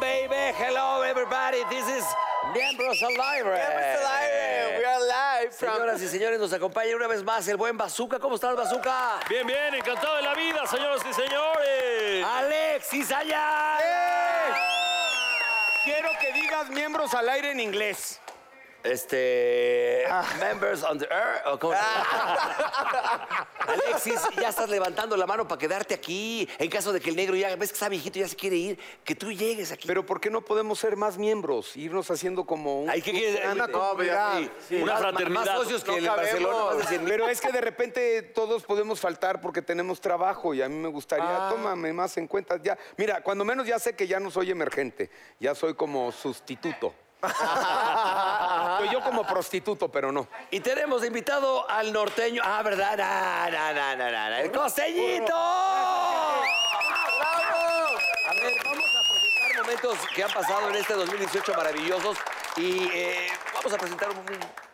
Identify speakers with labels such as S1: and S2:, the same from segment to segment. S1: Hey, hello everybody. This is Miembros Alive.
S2: Cameras alive. We are live from.
S1: Señoras y señores, nos acompaña una vez más el buen Bazooka. ¿Cómo estás, Bazooka?
S3: Bien, bien, encantado de la vida, señoras y señores.
S1: Alexis Ayala.
S2: Quiero que digas miembros al aire en inglés. Ah.
S1: Este. Members on the air. ¿o cómo se llama? Alexis, ya estás levantando la mano para quedarte aquí. En caso de que el negro ya ves que está viejito, ya se quiere ir, que tú llegues aquí.
S2: Pero ¿por qué no podemos ser más miembros? Irnos haciendo como un.
S1: Ay, ¿qué quieres?
S2: una
S1: Eh,
S2: comunidad.
S1: sí,
S3: Una
S1: más-
S3: fraternidad.
S1: Más socios que
S2: No
S1: el
S2: cabemos.
S1: Barcelona. vas a decir,
S2: Pero es que de repente todos podemos faltar porque tenemos trabajo y a mí me gustaría,
S4: Ah.
S2: tómame más en cuenta. Ya, mira, cuando menos ya sé que ya no soy emergente, ya soy como sustituto. Soy yo como prostituto, pero no.
S1: Y tenemos de invitado al norteño. Ah, ¿verdad? Na, na, na, na, na, na. ¡El costeñito! A ver, vamos a presentar momentos que han pasado en este 2018 maravillosos. Y eh, vamos a presentar un,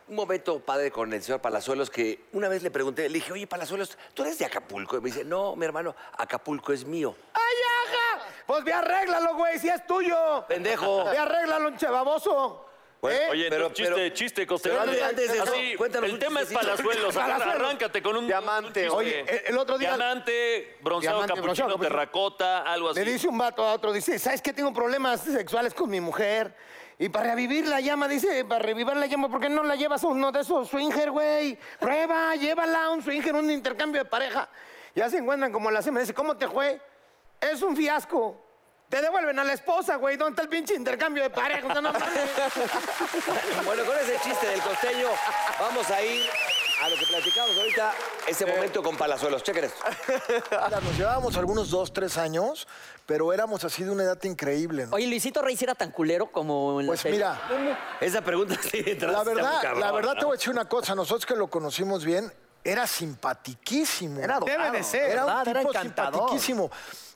S1: un momento padre con el señor Palazuelos que una vez le pregunté, le dije, oye, Palazuelos, ¿tú eres de Acapulco? Y me dice, no, mi hermano, Acapulco es mío.
S4: ¡Ay, ajá! Pues ve arréglalo, güey, si es tuyo.
S1: ¡Pendejo!
S4: Ve arréglalo, un baboso.
S3: Bueno,
S4: ¿Eh?
S3: Pues, oye,
S1: pero-
S3: no, chiste,
S1: pero-
S3: chiste, coste.
S1: pero antes- antes de eso,
S3: así,
S1: cuéntanos un
S3: el tema es
S1: chistecito.
S3: palazuelos. ahora
S4: Palazuelos.
S3: Arráncate con un
S4: Diamante,
S3: un chiste.
S4: oye, el- el otro día-
S3: Diamante, bronceado,
S4: Diamante,
S3: capuchino,
S4: bronceado, capuchino.
S3: terracota, algo así.
S4: Le dice un vato a otro, dice, ¿sabes qué? Tengo problemas sexuales con mi mujer. Y para revivir la llama, dice, para revivir la llama, ¿por qué no la llevas a uno de esos swinger, güey? Prueba, llévala a un swinger, un intercambio de pareja. Ya se encuentran como la semana, dice, ¿cómo te fue? Es un fiasco. Te devuelven a la esposa, güey. ¿Dónde está el pinche intercambio de pareja? O sea, no mames.
S1: Bueno, con ese chiste del costeño, vamos a ir a lo que platicamos ahorita, ese momento con Palazuelos. Chequen esto.
S5: Mira, nos llevábamos algunos dos, tres años, pero éramos así de una edad increíble. ¿no?
S6: Oye, Luisito Rey sí era tan culero como en la
S5: Pues
S6: serie.
S5: mira.
S1: Esa pregunta sí entraste
S5: la
S1: muy
S5: verdad,
S1: cabrón,
S5: la verdad te
S1: ¿no?
S5: voy a decir una cosa. Nosotros que lo conocimos bien, era simpatiquísimo. Era
S4: Debe de ser,
S5: Era un
S4: ¿verdad? Era
S5: tipo
S4: encantador.
S5: simpatiquísimo.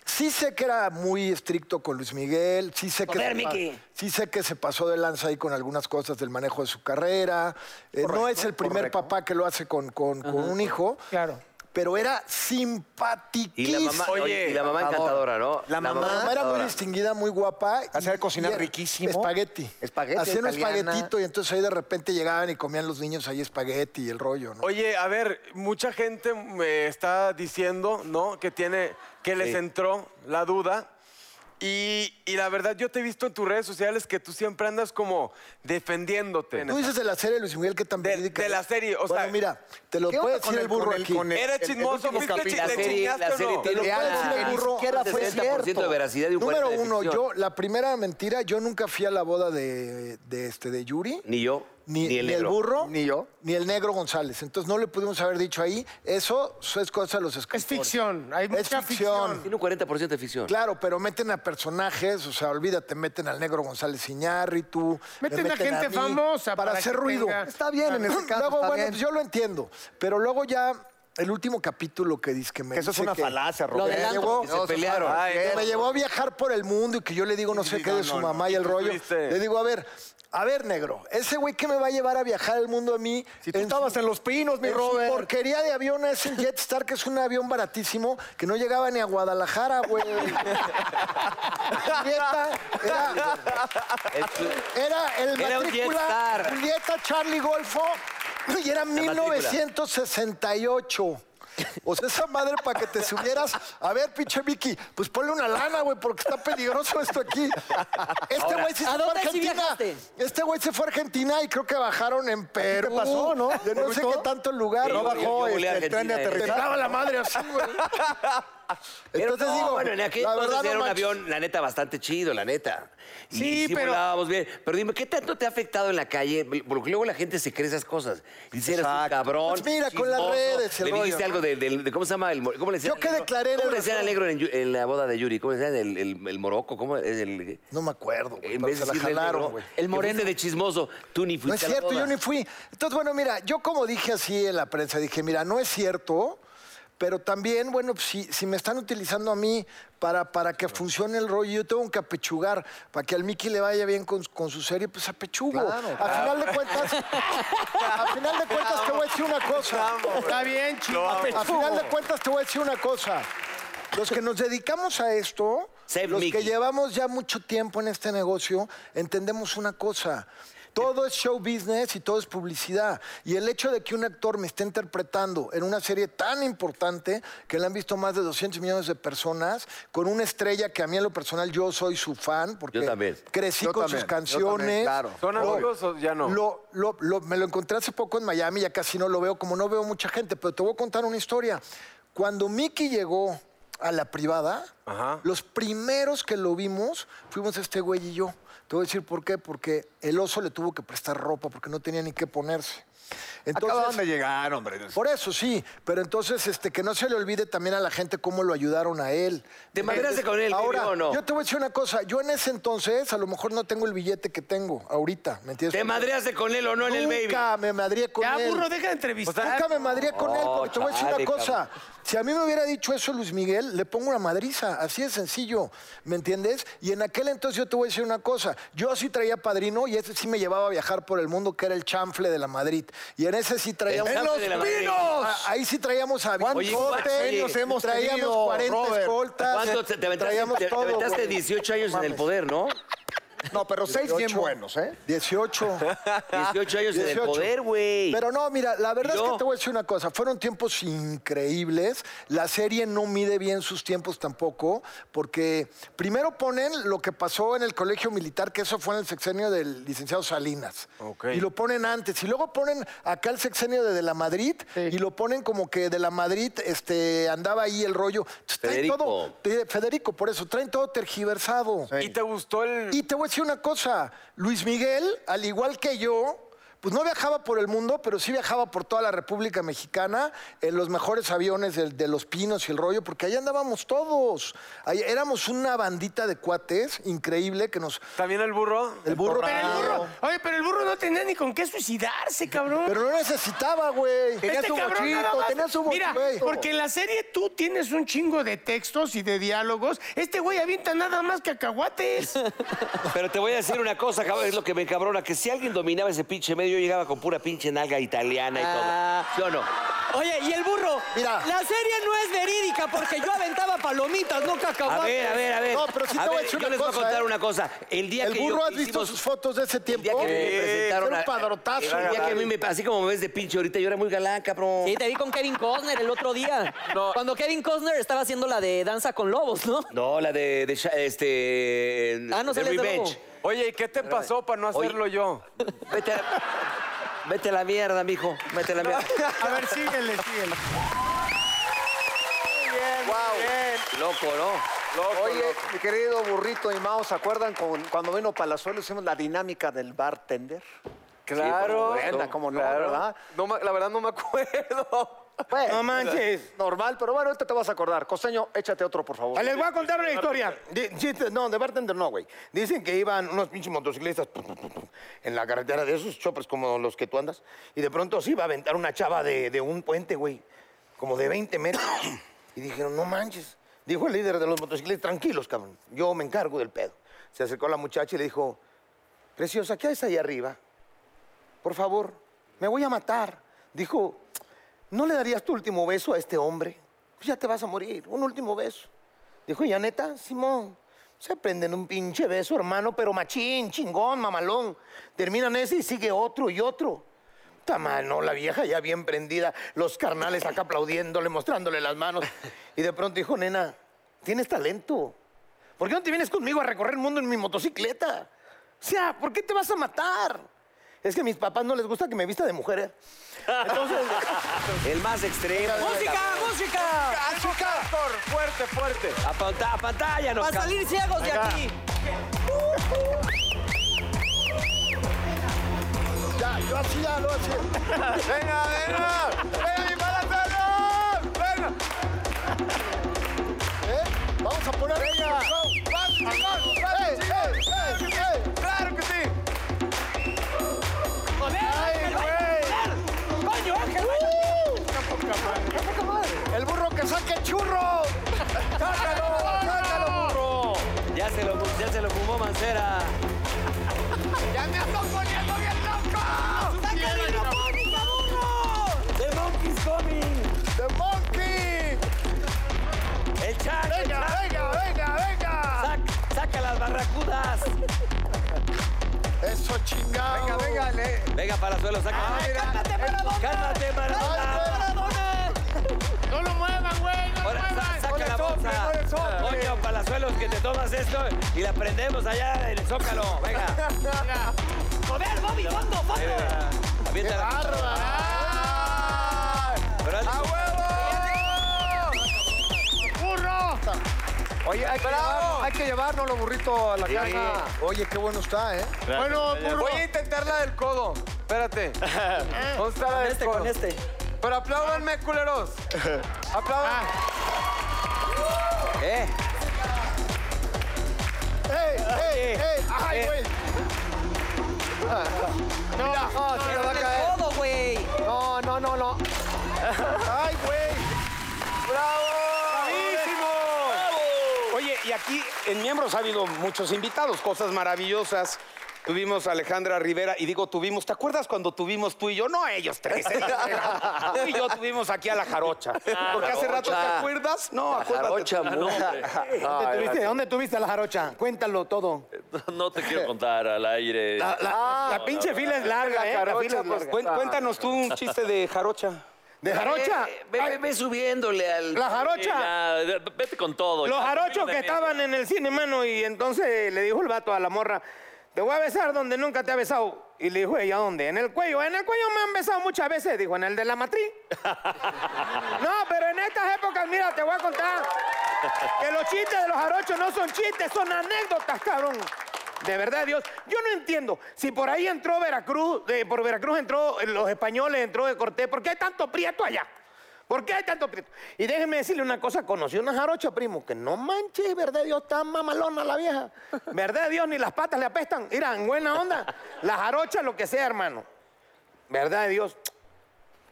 S5: Sí sé que era muy estricto con Luis Miguel, sí sé que,
S6: Joder,
S5: se, pa-
S6: Miki.
S5: sí sé que se pasó de lanza ahí con algunas cosas del manejo de su carrera. Eh, no es el primer papá que lo hace con, con- con un hijo.
S4: Claro.
S5: Pero era simpatiquísimo.
S1: Y la mamá, oye, y la mamá encantadora, ¿no?
S7: La mamá
S5: era muy
S1: encantadora.
S5: distinguida, muy guapa.
S7: Hacía
S5: y-
S7: cocinar
S5: y era-
S7: riquísimo.
S5: Espagueti.
S7: Espagueti,
S5: Hacían un
S7: italiana.
S5: espaguetito y entonces ahí de repente llegaban y comían los niños ahí espagueti y el rollo, ¿no?
S8: Oye, a ver, mucha gente me está diciendo, ¿no? Que tiene, que les entró la duda. Y, y la verdad, yo te he visto en tus redes sociales que tú siempre andas como defendiéndote.
S5: Tú dices de la serie de Luis Miguel que
S8: De-
S5: también.
S8: de la serie, o sea-
S5: Bueno, mira, te lo
S7: ¿Qué
S5: puede
S7: onda con
S5: decir el
S7: el- con
S5: burro
S7: el-
S5: aquí.
S7: con el-
S8: Eres chismoso,
S7: último
S8: fuiste chi- le
S7: capítulo.
S1: La serie,
S8: chingaste
S1: la
S8: o
S1: serie
S8: no?
S5: Te lo
S1: tiene
S5: puede decir el
S1: un
S5: burro.
S1: 60% de veracidad y un
S5: Número
S1: 40% de
S5: uno,
S1: ficción.
S5: yo, la primera mentira, yo nunca fui a la boda de, de este, de Yuri.
S1: Ni yo, ni, el negro.
S5: burro.
S7: Ni yo.
S5: Ni el negro González. Entonces no le pudimos haber dicho ahí. Eso, eso es cosa de los
S4: Es
S5: escritores.
S4: ficción. Hay
S5: Es
S4: mucha ficción.
S5: ficción.
S1: Tiene un 40% de ficción.
S5: Claro, pero meten a personajes, o sea, olvídate, meten al negro González Iñárritu. me
S4: Meten a gente
S5: mí,
S4: famosa
S5: Para,
S4: para
S5: hacer
S4: que
S5: ruido.
S4: tenga-
S7: Está bien, en ese caso,
S5: Luego,
S7: está
S5: bueno,
S7: bien.
S5: pues yo lo entiendo. Pero luego ya, el último capítulo que dice que me
S7: Que eso es
S5: dice
S7: una
S5: que-
S7: falacia,
S5: que
S7: Roberto.
S5: me
S7: Lo del
S5: llevó-
S7: antro, que se
S5: No,
S7: pelearon.
S5: claro,
S7: Ay,
S5: que me
S7: eso.
S5: llevó a viajar por el mundo y que yo le digo no sé qué de su mamá y el rollo.
S8: fuiste.
S5: Le digo, a ver, a ver, negro, ese güey que me va a llevar a viajar el mundo a mí.
S7: Si tú estabas
S5: su-
S7: en Los Pinos, mi
S5: en su
S7: Robert.
S5: porquería de avión es el Jetstar, que es un avión baratísimo, que no llegaba ni a Guadalajara, güey. Julieta era, era el
S1: Era un
S5: matrícula
S1: Jetstar.
S5: Julieta Charlie Golfo y era
S1: matrícula.
S5: 1968. O sea, esa madre para que te subieras. A ver, pinche Vicky, pues ponle una lana, güey, porque está peligroso esto aquí. Este güey sí se
S6: ¿a
S5: fue a
S6: dónde sí
S5: Argentina.
S6: viajaste?
S5: Este güey se fue a Argentina y creo que bajaron en Perú.
S7: te pasó, no?
S5: De no sé qué tanto lugar.
S1: Sí,
S5: No
S1: yo-
S5: bajó,
S1: yo volé a
S5: este, el tren de
S1: Argentina, ¿eh?
S5: aterrizaje.
S4: Daba la madre así, güey.
S1: Pero
S5: Entonces
S1: no,
S5: digo,
S1: bueno, en aquel
S5: la
S1: entonces
S5: verdad no
S1: era un
S5: manches.
S1: avión, la neta, bastante chido, la neta. Y
S4: Sí,
S1: sí
S4: pero-
S1: volábamos bien. Pero dime, ¿qué tanto te ha afectado en la calle? Porque luego la gente se cree esas cosas. Dice, eres un
S7: Exacto.
S1: cabrón.
S5: Pues mira, con las
S1: chismoso.
S5: redes, el
S1: Le dijiste
S5: rollo,
S1: algo de, del- de- ¿cómo se llama? El, mor- ¿Cómo le decían?
S5: Yo que declaré
S1: ¿Cómo
S5: la
S1: le decían al
S5: razón.
S1: negro en, Yu- en la boda de Yuri? ¿Cómo le decían? El, el- el moroco, ¿cómo? Es el...
S5: No me acuerdo, güey,
S1: En
S5: pero
S1: vez
S5: se
S1: de
S5: la
S1: decirle
S5: jalaron,
S1: negro,
S5: güey.
S1: El moreno de chismoso. Tú ni fuiste
S5: No es
S1: a la
S5: cierto,
S1: boda.
S5: yo ni fui. Entonces, bueno, mira, yo como dije así en la prensa, dije, mira, no es cierto, pero también, bueno, pues, si, si me están utilizando a mí para, para que funcione el rollo, yo tengo que apechugar para que al Mickey le vaya bien con, con su serie, pues apechugo. A final de cuentas, a final de cuentas te voy a decir una cosa.
S4: Está bien, chico.
S5: A final de cuentas te voy a decir una cosa. los que nos dedicamos a esto,
S1: Save
S5: los
S1: Mickey.
S5: que llevamos ya mucho tiempo en este negocio, entendemos una cosa. Todo es show business y todo es publicidad. Y el hecho de que un actor me esté interpretando en una serie tan importante que la han visto más de 200 millones de personas, con una estrella que a mí en lo personal yo soy su fan, porque
S1: Yo también.
S5: crecí
S7: Yo
S5: con
S7: también,
S5: sus
S7: yo también,
S5: canciones.
S7: claro.
S8: ¿Son
S5: Lo-
S8: amigos o ya no?
S5: lo- lo- lo- me lo encontré hace poco en Miami, ya casi no lo veo, como no veo mucha gente, pero te voy a contar una historia. Cuando Mickey llegó a la privada,
S8: Ajá.
S5: los primeros que lo vimos fuimos este güey y yo. Te voy a decir por qué, porque el oso le tuvo que prestar ropa porque no tenía ni qué ponerse.
S7: Acababan de llegar, hombre.
S5: por eso sí, pero entonces este, que no se le olvide también a la gente cómo lo ayudaron a él. Este,
S1: ¿Te madreaste con él,
S5: Ahora,
S1: Mimi, o no?
S5: yo te voy a decir una cosa, yo en ese entonces a lo mejor no tengo el billete que tengo ahorita, ¿me entiendes?
S1: ¿Te madreaste con él o no en el baby?
S5: Nunca me madría con él.
S3: deja de
S5: Nunca me madría con él, porque te voy a decir
S1: chale,
S5: una cosa. Si a mí me hubiera dicho eso Luis Miguel, le pongo una madriza, así de sencillo, ¿me entiendes? Y en aquel entonces yo te voy a decir una cosa. Yo sí traía padrino y ese sí me llevaba a viajar por el mundo, que era el chanfle de la Madrid. Y en ese sí traíamos...
S1: El
S5: ¡En
S1: chanfle de la Madrid.
S5: Ah, Ahí sí traíamos a
S7: ¿Cuántos
S5: Oye, Cote,
S7: sueños hemos
S5: traíamos
S7: tenido,
S5: 40
S7: Robert?
S5: escoltas,
S1: ¿Cuánto te, te aventaste,
S5: traíamos
S1: te- te
S5: todo,
S1: aventaste
S5: güey.
S1: 18 años en el poder, ¿no?
S7: No, pero seis bien
S5: 18.
S7: buenos, ¿eh?
S5: 18.
S1: 18 años en el
S5: 18.
S1: poder, güey.
S5: Pero no, mira, la verdad es
S1: Yo-
S5: que te voy a decir una cosa. Fueron tiempos increíbles. La serie no mide bien sus tiempos tampoco, porque primero ponen lo que pasó en el colegio militar, que eso fue en el sexenio del licenciado Salinas.
S8: Ok.
S5: Y lo ponen antes. Y luego ponen acá el sexenio de De La Madrid, y lo ponen como que De La Madrid este, andaba ahí el rollo. Entonces, traen
S1: Federico.
S5: todo- eh, Federico, por eso, traen todo tergiversado.
S8: ¿Y te gustó el...?
S5: Y te voy a decir una cosa, Luis Miguel, al igual que yo, pues no viajaba por el mundo, pero sí viajaba por toda la República Mexicana en los mejores aviones del- de, Los Pinos y el rollo, porque ahí andábamos todos. Ahí éramos una bandita de cuates increíble que nos...
S8: ¿También el burro?
S5: El burro... Pero,
S4: Oye, pero el burro no tenía ni con qué suicidarse, cabrón. Este
S5: no necesitaba, güey. Tenía su
S4: cabrón nada
S5: bochito,
S4: más-
S5: tenía su
S4: Mira,
S5: bochito.
S4: porque en la serie tú tienes un chingo de textos y de diálogos. Este güey avienta nada más cacahuates.
S1: Pero te voy a decir una cosa, cabrón, es lo que me encabrona, que si alguien dominaba ese pinche medio, yo llegaba con pura pinche nalga italiana y
S6: Ah.
S1: todo. ¿Sí o no?
S6: Oye, y el burro.
S5: Mira.
S6: La serie no es verídica porque yo aventaba palomitas, no
S1: A
S6: cacahuates.
S1: ver, a ver, a ver.
S5: No, pero sí te
S1: a
S5: voy a
S1: ver,
S5: decir
S1: yo
S5: una
S1: les voy a
S5: cosa,
S1: contar
S5: ¿eh?
S1: una cosa. El día
S5: El
S1: que
S5: burro,
S1: yo
S5: ¿has visto
S1: hicimos-
S5: sus fotos de ese
S1: El día
S5: tiempo?
S1: que me presentaron
S5: Era un
S1: a-
S5: padrotazo.
S1: El día que a mí me... Así como me ves de pinche ahorita, yo era muy galán, cabrón.
S6: Sí, te vi con Kevin Costner el otro día. Cuando Kevin Costner estaba haciendo la de Danza con Lobos, ¿no?
S1: No, la de, de Sha- este...
S6: Ah, no
S1: de
S6: sales de
S1: Revenge.
S6: nuevo.
S8: Oye, ¿y qué te pasó para no
S1: Oye.
S8: hacerlo yo?
S1: Vete a... Vete a la mierda, mijo. Vete a la mierda.
S7: A ver, síguele, síguele.
S1: Loco, ¿no?
S7: Oye, mi querido burrito y Mao, ¿se acuerdan con- cuando vino Palazuelo hicimos la dinámica del bartender?
S8: Claro.
S7: Buena, como pues, no,
S8: Claro.
S7: ¿verdad?
S8: No me- la verdad no me acuerdo.
S7: Bueno,
S5: pues,
S4: No manches. Ah,
S7: Normal, pero bueno, ahorita te vas a acordar. Costeño, échate otro, por favor.
S4: Les voy a contar una historia. Di- chiste- no, de bartender no, güey. Dicen que iban unos pinches motociclistas pu, pu, pu, pu, en la carretera de esos choppers como los que tú andas. Y de pronto se iba a aventar una chava de, de un puente, güey. Como de 20 metros. Y dijeron, no manches. Dijo el líder de los motociclistas, tranquilos, cabrón. Yo me encargo del pedo. Se acercó la muchacha y le dijo, preciosa, ¿qué haces ahí arriba? Por favor, me voy a matar. Dijo, ¿no le darías tu último beso a este hombre? Pues ya te vas a morir, un último beso. Dijo, ¿ya neta? Simón, se prenden un pinche beso, hermano, pero machín, chingón, mamalón. Terminan ese y sigue otro y otro. Puta madre, no, la vieja ya bien prendida, los carnales acá aplaudiéndole, mostrándole las manos. Y de pronto dijo, nena, tienes talento. ¿Por qué no te vienes conmigo a recorrer el mundo en mi motocicleta? O sea, ¿por qué te vas a matar? Es que a mis papás no les gusta que me vista de mujer. ¿eh?
S1: El más extremo.
S6: ¡Música, música!
S1: Ah,
S8: Actor, fuerte, fuerte.
S1: A, panta- a pantalla, no.
S6: ¡Para salir ciegos de aquí!
S5: Ya, yo hacía, lo hacía.
S8: ¡Venga, venga! ¡Venga, mi Palazuelo! ¡Venga!
S5: ¿Eh? Vamos a poner... ¡Venga!
S8: ¡Claro que sí!
S5: El burro que saque churro. Sácalo, sácalo, burro.
S1: Ya se lo, ya se lo fumó Mancera.
S5: The monkey.
S1: El Chac, el
S4: venga,
S1: Chac.
S4: venga, venga, venga.
S1: Sac- saca las barracudas.
S5: Eso chingado.
S9: Venga, venga, le-
S1: Venga, Palazuelo, saca.
S6: ¡Cántate, Maradona!
S1: Cálmate, Maradona.
S6: Maradona!
S4: No lo muevan, güey, no lo
S1: Ahora, sa-
S4: muevan.
S1: saca la
S9: soples,
S1: bolsa.
S9: no le soples.
S1: Coño, Palazuelos, que te tomas esto y la prendemos allá en el Zócalo. Venga.
S6: ¡Joder, Bobby, fondo, fondo!
S1: Venga. Avienta la Pero hazle-
S9: Oye, hay que, llevar, hay que llevarnos los burritos a la casa.
S5: Oye, qué bueno está, ¿eh?
S4: Bueno, burro.
S10: Voy a intentar la del codo. Espérate. ¿Dónde está la del
S6: Este
S10: codo?
S6: con este.
S10: Pero apláudanme, culeros. Aplaudan.
S1: ¿Eh?
S5: ¡Ey, ey, ey! ¡Ay, güey!
S9: No, se le va a caer.
S6: ¡Todo, güey!
S9: No, no, no, no.
S5: ¡Ay, güey!
S11: Oye, y aquí en Miembros ha habido muchos invitados, cosas maravillosas. Tuvimos a Alejandra Rivera y digo tuvimos, ¿te acuerdas cuando tuvimos tú y yo? No ellos tres.
S1: ¿eh?
S11: ellos tres. tú y yo tuvimos aquí a la jarocha. Porque hace rato, ¿te acuerdas? No,
S3: Ah,
S11: acuérdate.
S9: Jarocha,
S4: ¿Dónde tuviste, ¿Dónde tuviste a la jarocha? Cuéntalo todo.
S3: No te quiero contar al aire.
S4: La, la- la pinche fila es larga, ¿eh? La fila es larga.
S11: Cuen- Cuéntanos tú un chiste de jarocha.
S4: ¿De jarocha?
S1: Eh, Ve, ve- ve subiéndole al.
S4: La
S3: Sí,
S4: jarocha.
S3: ya, vete con todo.
S4: Los
S3: Ya,
S4: jarochos que
S3: humildemente.
S4: estaban en el cine, mano, y entonces le dijo el vato a la morra, te voy a besar donde nunca te ha besado. Y le dijo ella, ¿dónde? En el cuello. En el cuello me han besado muchas veces. Dijo, en el de la matriz. no, pero en estas épocas, mira, te voy a contar que los chistes de los jarochos no son chistes, son anécdotas, cabrón. De verdad, Dios. Yo no entiendo. Si por ahí entró Veracruz, eh, por Veracruz entró eh, los españoles, entró de Cortés, ¿por qué hay tanto prieto allá? ¿Por qué hay tanto prieto? Y déjeme decirle una cosa, conocí una jarocha, primo, que no manches, verdad Dios, tan mamalona la vieja. Verdad Dios, ni las patas le apestan. Mira, en buena onda, la jarocha lo que sea, hermano. Verdad Dios,